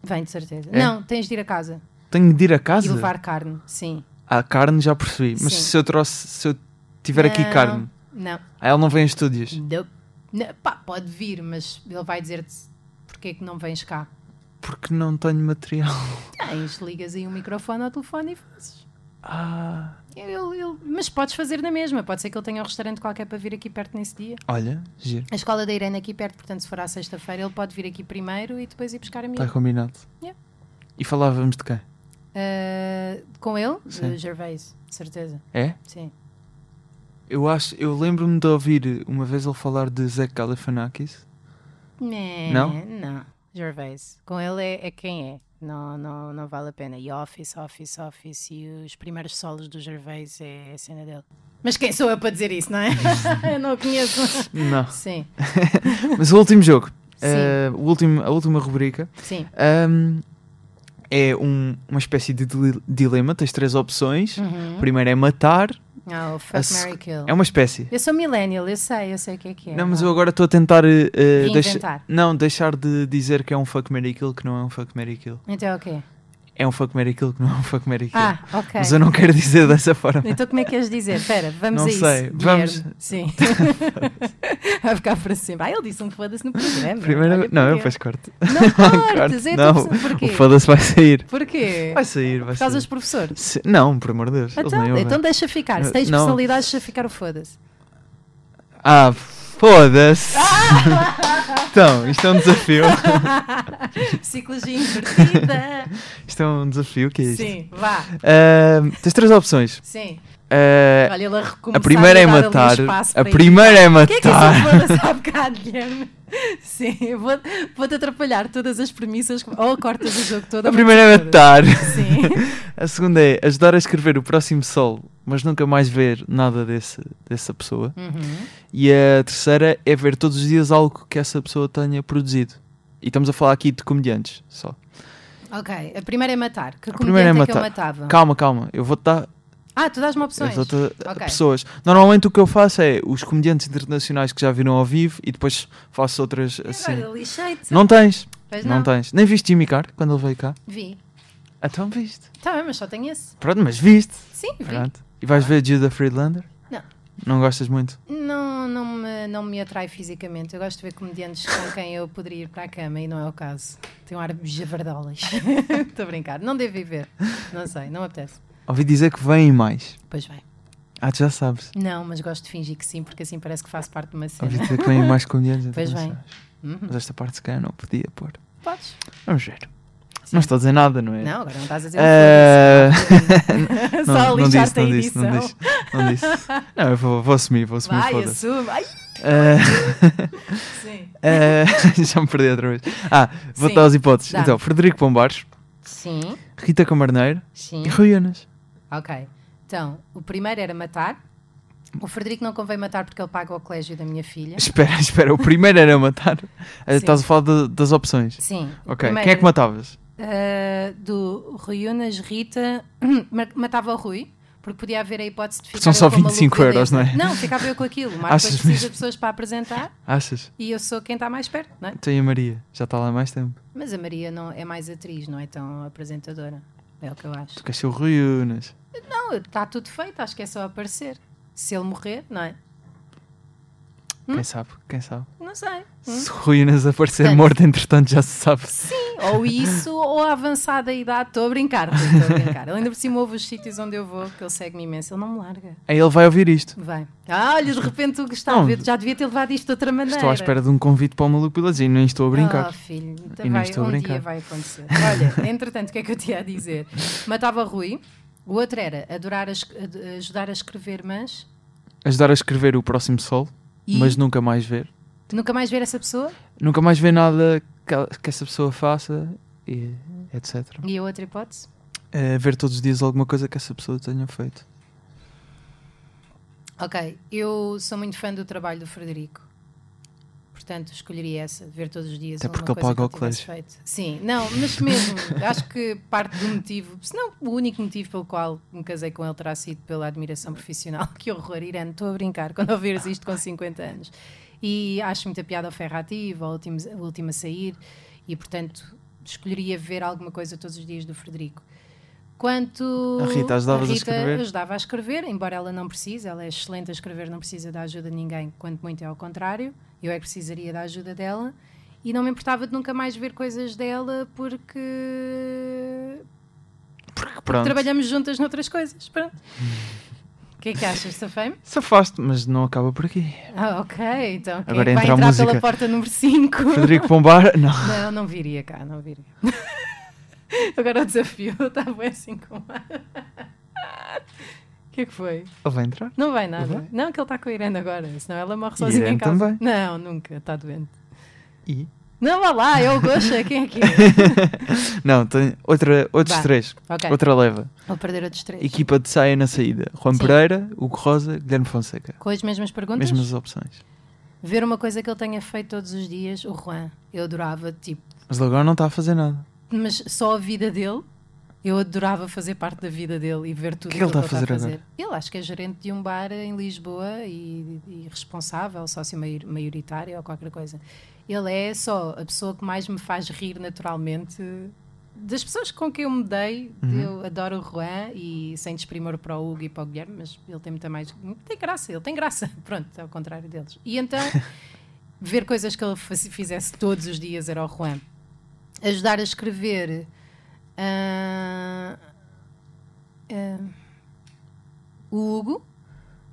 Speaker 3: Vem, de certeza.
Speaker 2: É?
Speaker 3: Não, tens de ir a casa
Speaker 2: Tenho de ir a
Speaker 3: e
Speaker 2: casa?
Speaker 3: levar carne, sim.
Speaker 2: A carne já percebi. Mas
Speaker 3: Sim.
Speaker 2: se eu trouxe. Se eu tiver aqui
Speaker 3: Não,
Speaker 2: carne,
Speaker 3: Não,
Speaker 2: ela não vem em estúdios.
Speaker 3: não. Não, Pá, pode vir, mas ele vai dizer-te porque é que não vens cá.
Speaker 2: Porque não tenho material.
Speaker 3: Tens, ligas aí o microfone ao telefone e fazes.
Speaker 2: Ah.
Speaker 3: Ele- ele- mas podes fazer na mesma, pode ser que ele tenha um restaurante qualquer para vir aqui perto nesse dia.
Speaker 2: Olha, giro.
Speaker 3: A escola da Irene é aqui perto, portanto, se for à sexta-feira, ele pode vir aqui primeiro e depois ir buscar a minha.
Speaker 2: Está Tá combinado.
Speaker 3: Yeah.
Speaker 2: E falávamos de quem?
Speaker 3: Ah, com ele?
Speaker 2: Sim.
Speaker 3: Do Gervais, de certeza.
Speaker 2: É?
Speaker 3: Sim.
Speaker 2: Eu acho. Eu lembro-me de ouvir uma vez ele falar de Zach Galifianakis.
Speaker 3: Né,
Speaker 2: Não?
Speaker 3: Não, Gervais. Com ele é, é quem é. Não, não, não vale a pena. E Office, Office, Office e os primeiros solos do Gervais é a cena dele. Mas quem sou eu para dizer isso, não é? eu não o conheço.
Speaker 2: Não.
Speaker 3: Sim,
Speaker 2: Mas o último jogo.
Speaker 3: Sim.
Speaker 2: eh, o último, a última rubrica.
Speaker 3: sim.
Speaker 2: Ahm, é um- uma espécie de dile- dilema. Tens três opções.
Speaker 3: Uhum.
Speaker 2: A primeira é matar.
Speaker 3: Ah, o Fuck,
Speaker 2: A se-
Speaker 3: Mary, Kill.
Speaker 2: É uma espécie.
Speaker 3: Eu sou millennial, eu sei, eu sei o que é que é.
Speaker 2: Não, mas
Speaker 3: vá.
Speaker 2: eu agora estou a tentar. eh, eh, deixa-
Speaker 3: Reinventar.
Speaker 2: não, deixar de dizer que é um fuck Mary Kill que não é um fuck Mary Kill.
Speaker 3: Então é o quê?
Speaker 2: É um fuck Mary Kill que não é um fuck Mary Kill.
Speaker 3: Ah, ok.
Speaker 2: Mas eu não quero dizer dessa forma.
Speaker 3: Então como é que és dizer? Espera, vamos
Speaker 2: Não
Speaker 3: a isso.
Speaker 2: sei,
Speaker 3: Guilherme.
Speaker 2: vamos-
Speaker 3: Sim. Vai ficar para sempre. Ah, ele disse um foda-se no programa.
Speaker 2: Primeiro.
Speaker 3: Olha
Speaker 2: Não, eu
Speaker 3: porquê.
Speaker 2: depois corto.
Speaker 3: Não cortes,
Speaker 2: Corto.
Speaker 3: é
Speaker 2: não,
Speaker 3: não. Porquê?
Speaker 2: o foda-se vai sair.
Speaker 3: Porquê?
Speaker 2: Vai sair, vai
Speaker 3: Por causa
Speaker 2: sair.
Speaker 3: dos professores.
Speaker 2: Se- Não, por amor de Deus. eles nem
Speaker 3: Então,
Speaker 2: ouvem.
Speaker 3: então deixa ficar. Se tens
Speaker 2: Não.
Speaker 3: personalidade, deixa ficar o foda-se.
Speaker 2: Ah, foda-se.
Speaker 3: Ah!
Speaker 2: então, isto é um desafio.
Speaker 3: Psicologia invertida.
Speaker 2: Isto é um desafio que é isto.
Speaker 3: Sim, vá.
Speaker 2: Ahm, tens três opções.
Speaker 3: Sim.
Speaker 2: Ah,
Speaker 3: Olha, ele a recomeçar.
Speaker 2: a primeira
Speaker 3: e
Speaker 2: é
Speaker 3: dar ali um
Speaker 2: matar.
Speaker 3: espaço
Speaker 2: A
Speaker 3: para ir.
Speaker 2: primeira é
Speaker 3: O que é que é isso
Speaker 2: matar.
Speaker 3: foda-se há bocado, Guilherme? Sim, eu vou- vou-te atrapalhar todas as premissas. Ou cortas o jogo todo.
Speaker 2: A
Speaker 3: ou
Speaker 2: primeira é
Speaker 3: cortas todas.
Speaker 2: matar.
Speaker 3: Sim.
Speaker 2: A segunda é ajudar a escrever o próximo sol, mas nunca mais ver nada desse, dessa
Speaker 3: Uhum.
Speaker 2: pessoa. E a terceira é ver todos os dias algo que essa pessoa tenha produzido. E estamos a falar aqui de comediantes só.
Speaker 3: Ok, a primeira é matar. Que
Speaker 2: A primeira é
Speaker 3: comediante é que eu
Speaker 2: matar.
Speaker 3: matava?
Speaker 2: Calma, calma. Eu vou-te dar
Speaker 3: Ah, tu dás-me
Speaker 2: eu
Speaker 3: opções.
Speaker 2: dou-te, uh,
Speaker 3: Ok.
Speaker 2: pessoas. Normalmente o que eu faço é os comediantes internacionais que já viram ao vivo e depois faço outras assim.
Speaker 3: Agora lixei-te.
Speaker 2: Não tens.
Speaker 3: Pois
Speaker 2: Não
Speaker 3: não.
Speaker 2: tens. Nem viste Jimmy Carr quando ele veio cá?
Speaker 3: Vi.
Speaker 2: Então viste.
Speaker 3: Tá bem, mas só tenho esse.
Speaker 2: Pronto, mas viste.
Speaker 3: Sim, vi. Ah.
Speaker 2: Pronto. E vais ver Judah Friedlander?
Speaker 3: Não.
Speaker 2: Não gostas muito?
Speaker 3: Não, não, me, não me atrai fisicamente. Eu gosto de ver comediantes com quem eu poderia ir para a cama e não é o caso. Tem um ar javardolas. Estou a brincar. Não devo ir ver. Não sei, não me apetece.
Speaker 2: Ouvi dizer que vêm mais.
Speaker 3: Pois bem.
Speaker 2: Ah, tu já sabes.
Speaker 3: Não, mas gosto de fingir que sim, porque assim parece que faço parte de uma
Speaker 2: Ouvi
Speaker 3: cena.
Speaker 2: dizer que vêm mais comediantes.
Speaker 3: Pois bem.
Speaker 2: internacionais. Mas é- esta parte se calhar não podia pôr.
Speaker 3: Podes?
Speaker 2: Vamos ver. Não estou a dizer nada, não é?
Speaker 3: Não, agora não estás a dizer.
Speaker 2: Eh,
Speaker 3: Uh... Só lixar-te a
Speaker 2: não disse,
Speaker 3: edição.
Speaker 2: não disse, não disse. Não, eu vou, vou assumir, vou assumir,
Speaker 3: Vai,
Speaker 2: foda-se.
Speaker 3: assume. Ai,
Speaker 2: Eh,
Speaker 3: sim.
Speaker 2: eh, já me perdi outra vez. Ah, vou
Speaker 3: Sim,
Speaker 2: dar as hipóteses.
Speaker 3: dá.
Speaker 2: Então, Frederico Pombares,
Speaker 3: Sim,
Speaker 2: Rita Camarneiro
Speaker 3: sim.
Speaker 2: e Rui Unas.
Speaker 3: Ok. Então, o primeiro era matar. O Frederico não convém matar porque ele paga o colégio da minha filha.
Speaker 2: Espera, espera, o primeiro era matar. Eh,
Speaker 3: Sim.
Speaker 2: Estás a falar de- das opções.
Speaker 3: Sim. o
Speaker 2: Ok,
Speaker 3: primeiro
Speaker 2: quem é que matavas?
Speaker 3: Uh, do Rui Unas, Rita, ma- matava o Rui, porque podia haver a hipótese de ficar.
Speaker 2: São
Speaker 3: eu
Speaker 2: só
Speaker 3: com a maluca
Speaker 2: 25 euros,
Speaker 3: dele.
Speaker 2: não é?
Speaker 3: Não, ficava eu com aquilo. O Marcos
Speaker 2: Achas
Speaker 3: precisa
Speaker 2: mesmo?
Speaker 3: de pessoas para apresentar
Speaker 2: Achas?
Speaker 3: e eu sou quem está mais perto, não é?
Speaker 2: Então e a Maria? Já está lá há mais tempo.
Speaker 3: Mas a Maria não é mais atriz, não é tão apresentadora. É o que eu acho.
Speaker 2: Tu queres ser o Rui Unas.
Speaker 3: Não, está tudo feito, acho que é só aparecer. Se ele morrer, não é? Hum?
Speaker 2: Quem sabe? Quem sabe?
Speaker 3: Não sei.
Speaker 2: Se o Rui Unas aparecer
Speaker 3: Hum? Portanto.
Speaker 2: morto, entretanto, já se sabe.
Speaker 3: Ou isso, ou a avançada idade. Estou a brincar, Rui, estou a brincar. Ele ainda por cima ouve os sítios onde eu vou, que ele segue-me imenso. Ele não me larga.
Speaker 2: Aí ele vai ouvir isto.
Speaker 3: Vai. Ah, olha, de repente o
Speaker 2: Não.
Speaker 3: Gustavo eu já devia ter levado isto de outra maneira.
Speaker 2: Estou à espera de um convite para o maluco Pilas e nem estou a
Speaker 3: Oh,
Speaker 2: brincar.
Speaker 3: filho, então
Speaker 2: E não
Speaker 3: vai,
Speaker 2: estou a
Speaker 3: um
Speaker 2: brincar.
Speaker 3: dia vai acontecer. Olha, entretanto, o que é que eu tinha a dizer? Matava Rui. O outro era adorar a es- ad- ajudar a escrever, mas
Speaker 2: Ajudar a escrever o próximo sol,
Speaker 3: E?
Speaker 2: mas nunca mais ver.
Speaker 3: nunca mais ver essa pessoa.
Speaker 2: Nunca mais ver nada que, ela- que essa pessoa faça e etc.
Speaker 3: E a outra hipótese?
Speaker 2: Eh, ver todos os dias alguma coisa que essa pessoa tenha feito.
Speaker 3: Ok, eu sou muito fã do trabalho do Frederico. Portanto, escolheria essa, ver todos os dias.
Speaker 2: Até
Speaker 3: alguma
Speaker 2: porque ele
Speaker 3: coisa
Speaker 2: paga
Speaker 3: que
Speaker 2: o
Speaker 3: tivesse feito. Sim, não, mas mesmo, acho que parte do motivo, se não o único motivo pelo qual me casei com ele terá sido pela admiração profissional. Que horror, Irene, estou a brincar quando ouvires isto com 50 anos. E acho muita piada ao Ferrativo, ao último, ao último a sair, e portanto escolheria ver alguma coisa todos os dias do Frederico. Quanto
Speaker 2: A Rita ajudavas a
Speaker 3: Rita
Speaker 2: escrever?
Speaker 3: ajudava a escrever, embora ela não precise, ela é excelente a escrever, não precisa da ajuda de ninguém, quanto muito é ao contrário, eu é que precisaria da ajuda dela, e não me importava de nunca mais ver coisas dela porque
Speaker 2: Porque pronto,
Speaker 3: trabalhamos juntas noutras coisas. Pronto. O que é que achas, Safame?
Speaker 2: safaste, mas não acaba por aqui.
Speaker 3: Ah, ok, então quem
Speaker 2: Agora
Speaker 3: é que
Speaker 2: entra a
Speaker 3: vai entrar
Speaker 2: música.
Speaker 3: pela porta número 5?
Speaker 2: Frederico Pombar, não.
Speaker 3: Não, não viria cá, não viria. Agora o desafio está bem assim com O que é que foi?
Speaker 2: Ele vai entrar?
Speaker 3: Não vai nada.
Speaker 2: Não vai?
Speaker 3: Não, que ele está com a Irene agora, senão ela morre
Speaker 2: E
Speaker 3: sozinha
Speaker 2: Uhum. Irene
Speaker 3: em casa.
Speaker 2: também.
Speaker 3: Não, nunca, está doente.
Speaker 2: E?
Speaker 3: Não, vá lá, é o Gosha, quem é que é?
Speaker 2: Não, tem outra, outros
Speaker 3: Vá.
Speaker 2: três.
Speaker 3: Ok,
Speaker 2: Outra leva.
Speaker 3: vou perder outros três.
Speaker 2: Equipa de saia na saída. Juan
Speaker 3: Sim.
Speaker 2: Pereira, Hugo Rosa, Guilherme Fonseca.
Speaker 3: Com as mesmas perguntas?
Speaker 2: Mesmas opções.
Speaker 3: Ver uma coisa que ele tenha feito todos os dias, o Juan, eu adorava, tipo,
Speaker 2: Mas ele agora não está a fazer nada.
Speaker 3: mas só a vida dele, eu adorava fazer parte da vida dele e ver tudo
Speaker 2: O que é que ele
Speaker 3: aquilo
Speaker 2: está a
Speaker 3: ele tá
Speaker 2: fazer agora?
Speaker 3: Ele acho que é gerente de um bar em Lisboa e, e responsável, sócio maior- maioritário ou qualquer coisa. Ele é só a pessoa que mais me faz rir naturalmente. Das pessoas com quem eu me dei,
Speaker 2: Uhum.
Speaker 3: eu adoro o Juan e sem desprimor para o Hugo e para o Guilherme, mas ele tem muita mais. Tem graça, ele tem graça. Pronto, ao contrário deles. E então, ver coisas que ele faci- fizesse todos os dias era o Juan ajudar a escrever. ah, ah, o Hugo,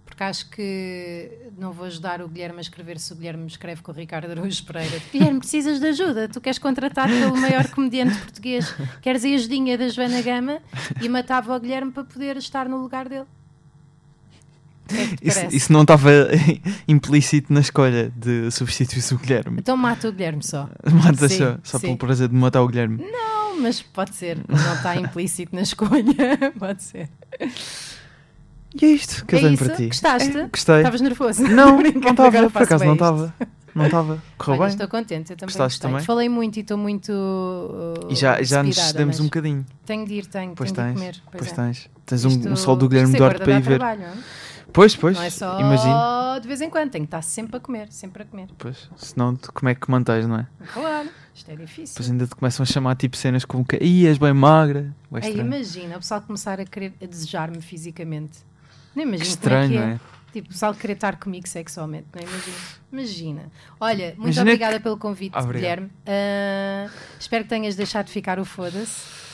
Speaker 3: porque acho que não vou ajudar o Guilherme a escrever se o Guilherme me escreve com o Ricardo Araújo Pereira. Guilherme, precisas de ajuda. Tu queres contratar pelo maior comediante português, queres a ajudinha da Joana Gama e matava o Guilherme para poder estar no lugar dele. O que é que te
Speaker 2: Isso,
Speaker 3: parece?
Speaker 2: isso não estava implícito na escolha de substituir o Guilherme.
Speaker 3: Então mata o Guilherme só.
Speaker 2: Mata
Speaker 3: Sim,
Speaker 2: só, só
Speaker 3: sim.
Speaker 2: pelo prazer de matar o Guilherme.
Speaker 3: Não, mas pode ser. Não está implícito na escolha. Pode ser.
Speaker 2: E é isto que eu
Speaker 3: é
Speaker 2: tenho
Speaker 3: isso?
Speaker 2: para ti.
Speaker 3: Gostaste?
Speaker 2: É, gostei.
Speaker 3: Estavas nervoso?
Speaker 2: Não,
Speaker 3: Brincando,
Speaker 2: não estava,
Speaker 3: agora
Speaker 2: por
Speaker 3: faço
Speaker 2: acaso
Speaker 3: bem
Speaker 2: não
Speaker 3: isto.
Speaker 2: estava. Não estava? Correu
Speaker 3: Olha,
Speaker 2: bem?
Speaker 3: estou contente, eu também
Speaker 2: Gostaste
Speaker 3: gostei.
Speaker 2: também?
Speaker 3: Falei muito e estou muito. uh,
Speaker 2: E já, já nos
Speaker 3: inspirada,
Speaker 2: cedemos
Speaker 3: mas
Speaker 2: um bocadinho.
Speaker 3: Tenho de ir, tenho,
Speaker 2: Pois
Speaker 3: tenho
Speaker 2: tens.
Speaker 3: de comer.
Speaker 2: Pois
Speaker 3: é.
Speaker 2: tens. Tens um, um
Speaker 3: Isto-
Speaker 2: sol do
Speaker 3: isto
Speaker 2: Guilherme
Speaker 3: ser
Speaker 2: Duarte
Speaker 3: guarda
Speaker 2: para ir
Speaker 3: dá
Speaker 2: ver.
Speaker 3: trabalho, não é?
Speaker 2: Pois, pois.
Speaker 3: Não é só
Speaker 2: Imagino.
Speaker 3: de vez em quando, tenho que estar sempre a comer, sempre a comer.
Speaker 2: Pois. Senão, tu- como é que mantens, não é?
Speaker 3: Claro, isto é
Speaker 2: Depois
Speaker 3: difícil.
Speaker 2: ainda te começam a chamar tipo cenas como que. Ih, és bem magra. Bué
Speaker 3: Aí,
Speaker 2: estranho.
Speaker 3: imagina o pessoal começar a querer a desejar-me fisicamente. Não imagino
Speaker 2: Que
Speaker 3: como
Speaker 2: estranho,
Speaker 3: é que
Speaker 2: não
Speaker 3: é.
Speaker 2: é?
Speaker 3: Tipo, o pessoal querer estar comigo sexualmente, não é? Imagina. Imagina. Olha, muito
Speaker 2: Imagina
Speaker 3: obrigada
Speaker 2: que-
Speaker 3: pelo convite,
Speaker 2: Ah, obrigado.
Speaker 3: Guilherme. Ah, espero que tenhas deixado ficar o foda-se.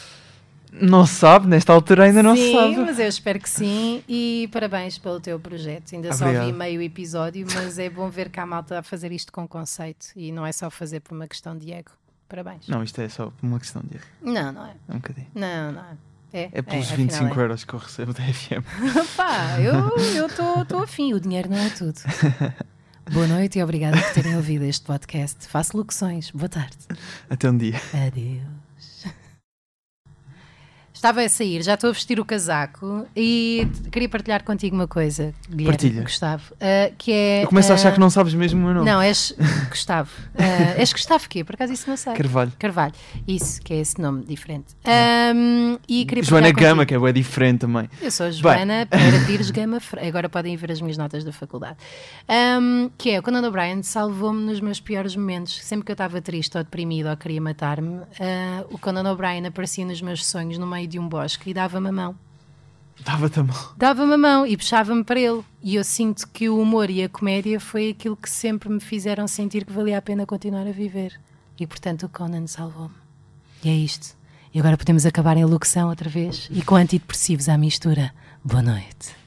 Speaker 2: Não sabe, nesta altura ainda não
Speaker 3: sim,
Speaker 2: sabe.
Speaker 3: mas eu espero que sim. E parabéns pelo teu projeto. Ainda só vi
Speaker 2: Obrigado.
Speaker 3: meio episódio, mas é bom ver que há malta a fazer isto com conceito e não é só fazer por uma questão de ego. Parabéns.
Speaker 2: Não, isto é só uma questão de.
Speaker 3: Não, não é.
Speaker 2: É um bocadinho.
Speaker 3: Não, não é. É,
Speaker 2: É pelos
Speaker 3: afinal
Speaker 2: 25
Speaker 3: é.
Speaker 2: euros que eu recebo da FM.
Speaker 3: Pá, eu estou afim, o dinheiro não é tudo. Boa noite e obrigada por terem ouvido este podcast. Faço locuções. Boa tarde.
Speaker 2: Até um dia.
Speaker 3: Adeus. Estava a sair, já estou a vestir o casaco e t- queria partilhar contigo uma coisa, Guilherme,
Speaker 2: Partilha.
Speaker 3: Gustavo, ah, que é...
Speaker 2: Eu começo a achar
Speaker 3: ah,
Speaker 2: que não sabes mesmo o meu nome.
Speaker 3: Não, és Gustavo. Ah, és Gustavo quê? Por acaso isso não sei.
Speaker 2: Carvalho.
Speaker 3: Carvalho. Isso, que é esse nome diferente. Ahm, e queria
Speaker 2: Joana
Speaker 3: partilhar
Speaker 2: Gama,
Speaker 3: contigo-
Speaker 2: que é bué diferente também.
Speaker 3: eu sou a Joana Pereira Pires Gama Fre- Agora podem ver as minhas notas da faculdade. Ahm, que é, o Conan O'Brien salvou-me nos meus piores momentos. Sempre que eu estava triste ou deprimida ou queria matar-me, ah, o Conan O'Brien aparecia nos meus sonhos no meio de um bosque e dava-me a mão.
Speaker 2: Dava-te a mão.
Speaker 3: Dava-me a mão e puxava-me para ele. E eu sinto que o humor e a comédia foi aquilo que sempre me fizeram sentir que valia a pena continuar a viver. E portanto o Conan salvou-me. E é isto. E agora podemos acabar em locução outra vez e com antidepressivos à mistura. Boa noite.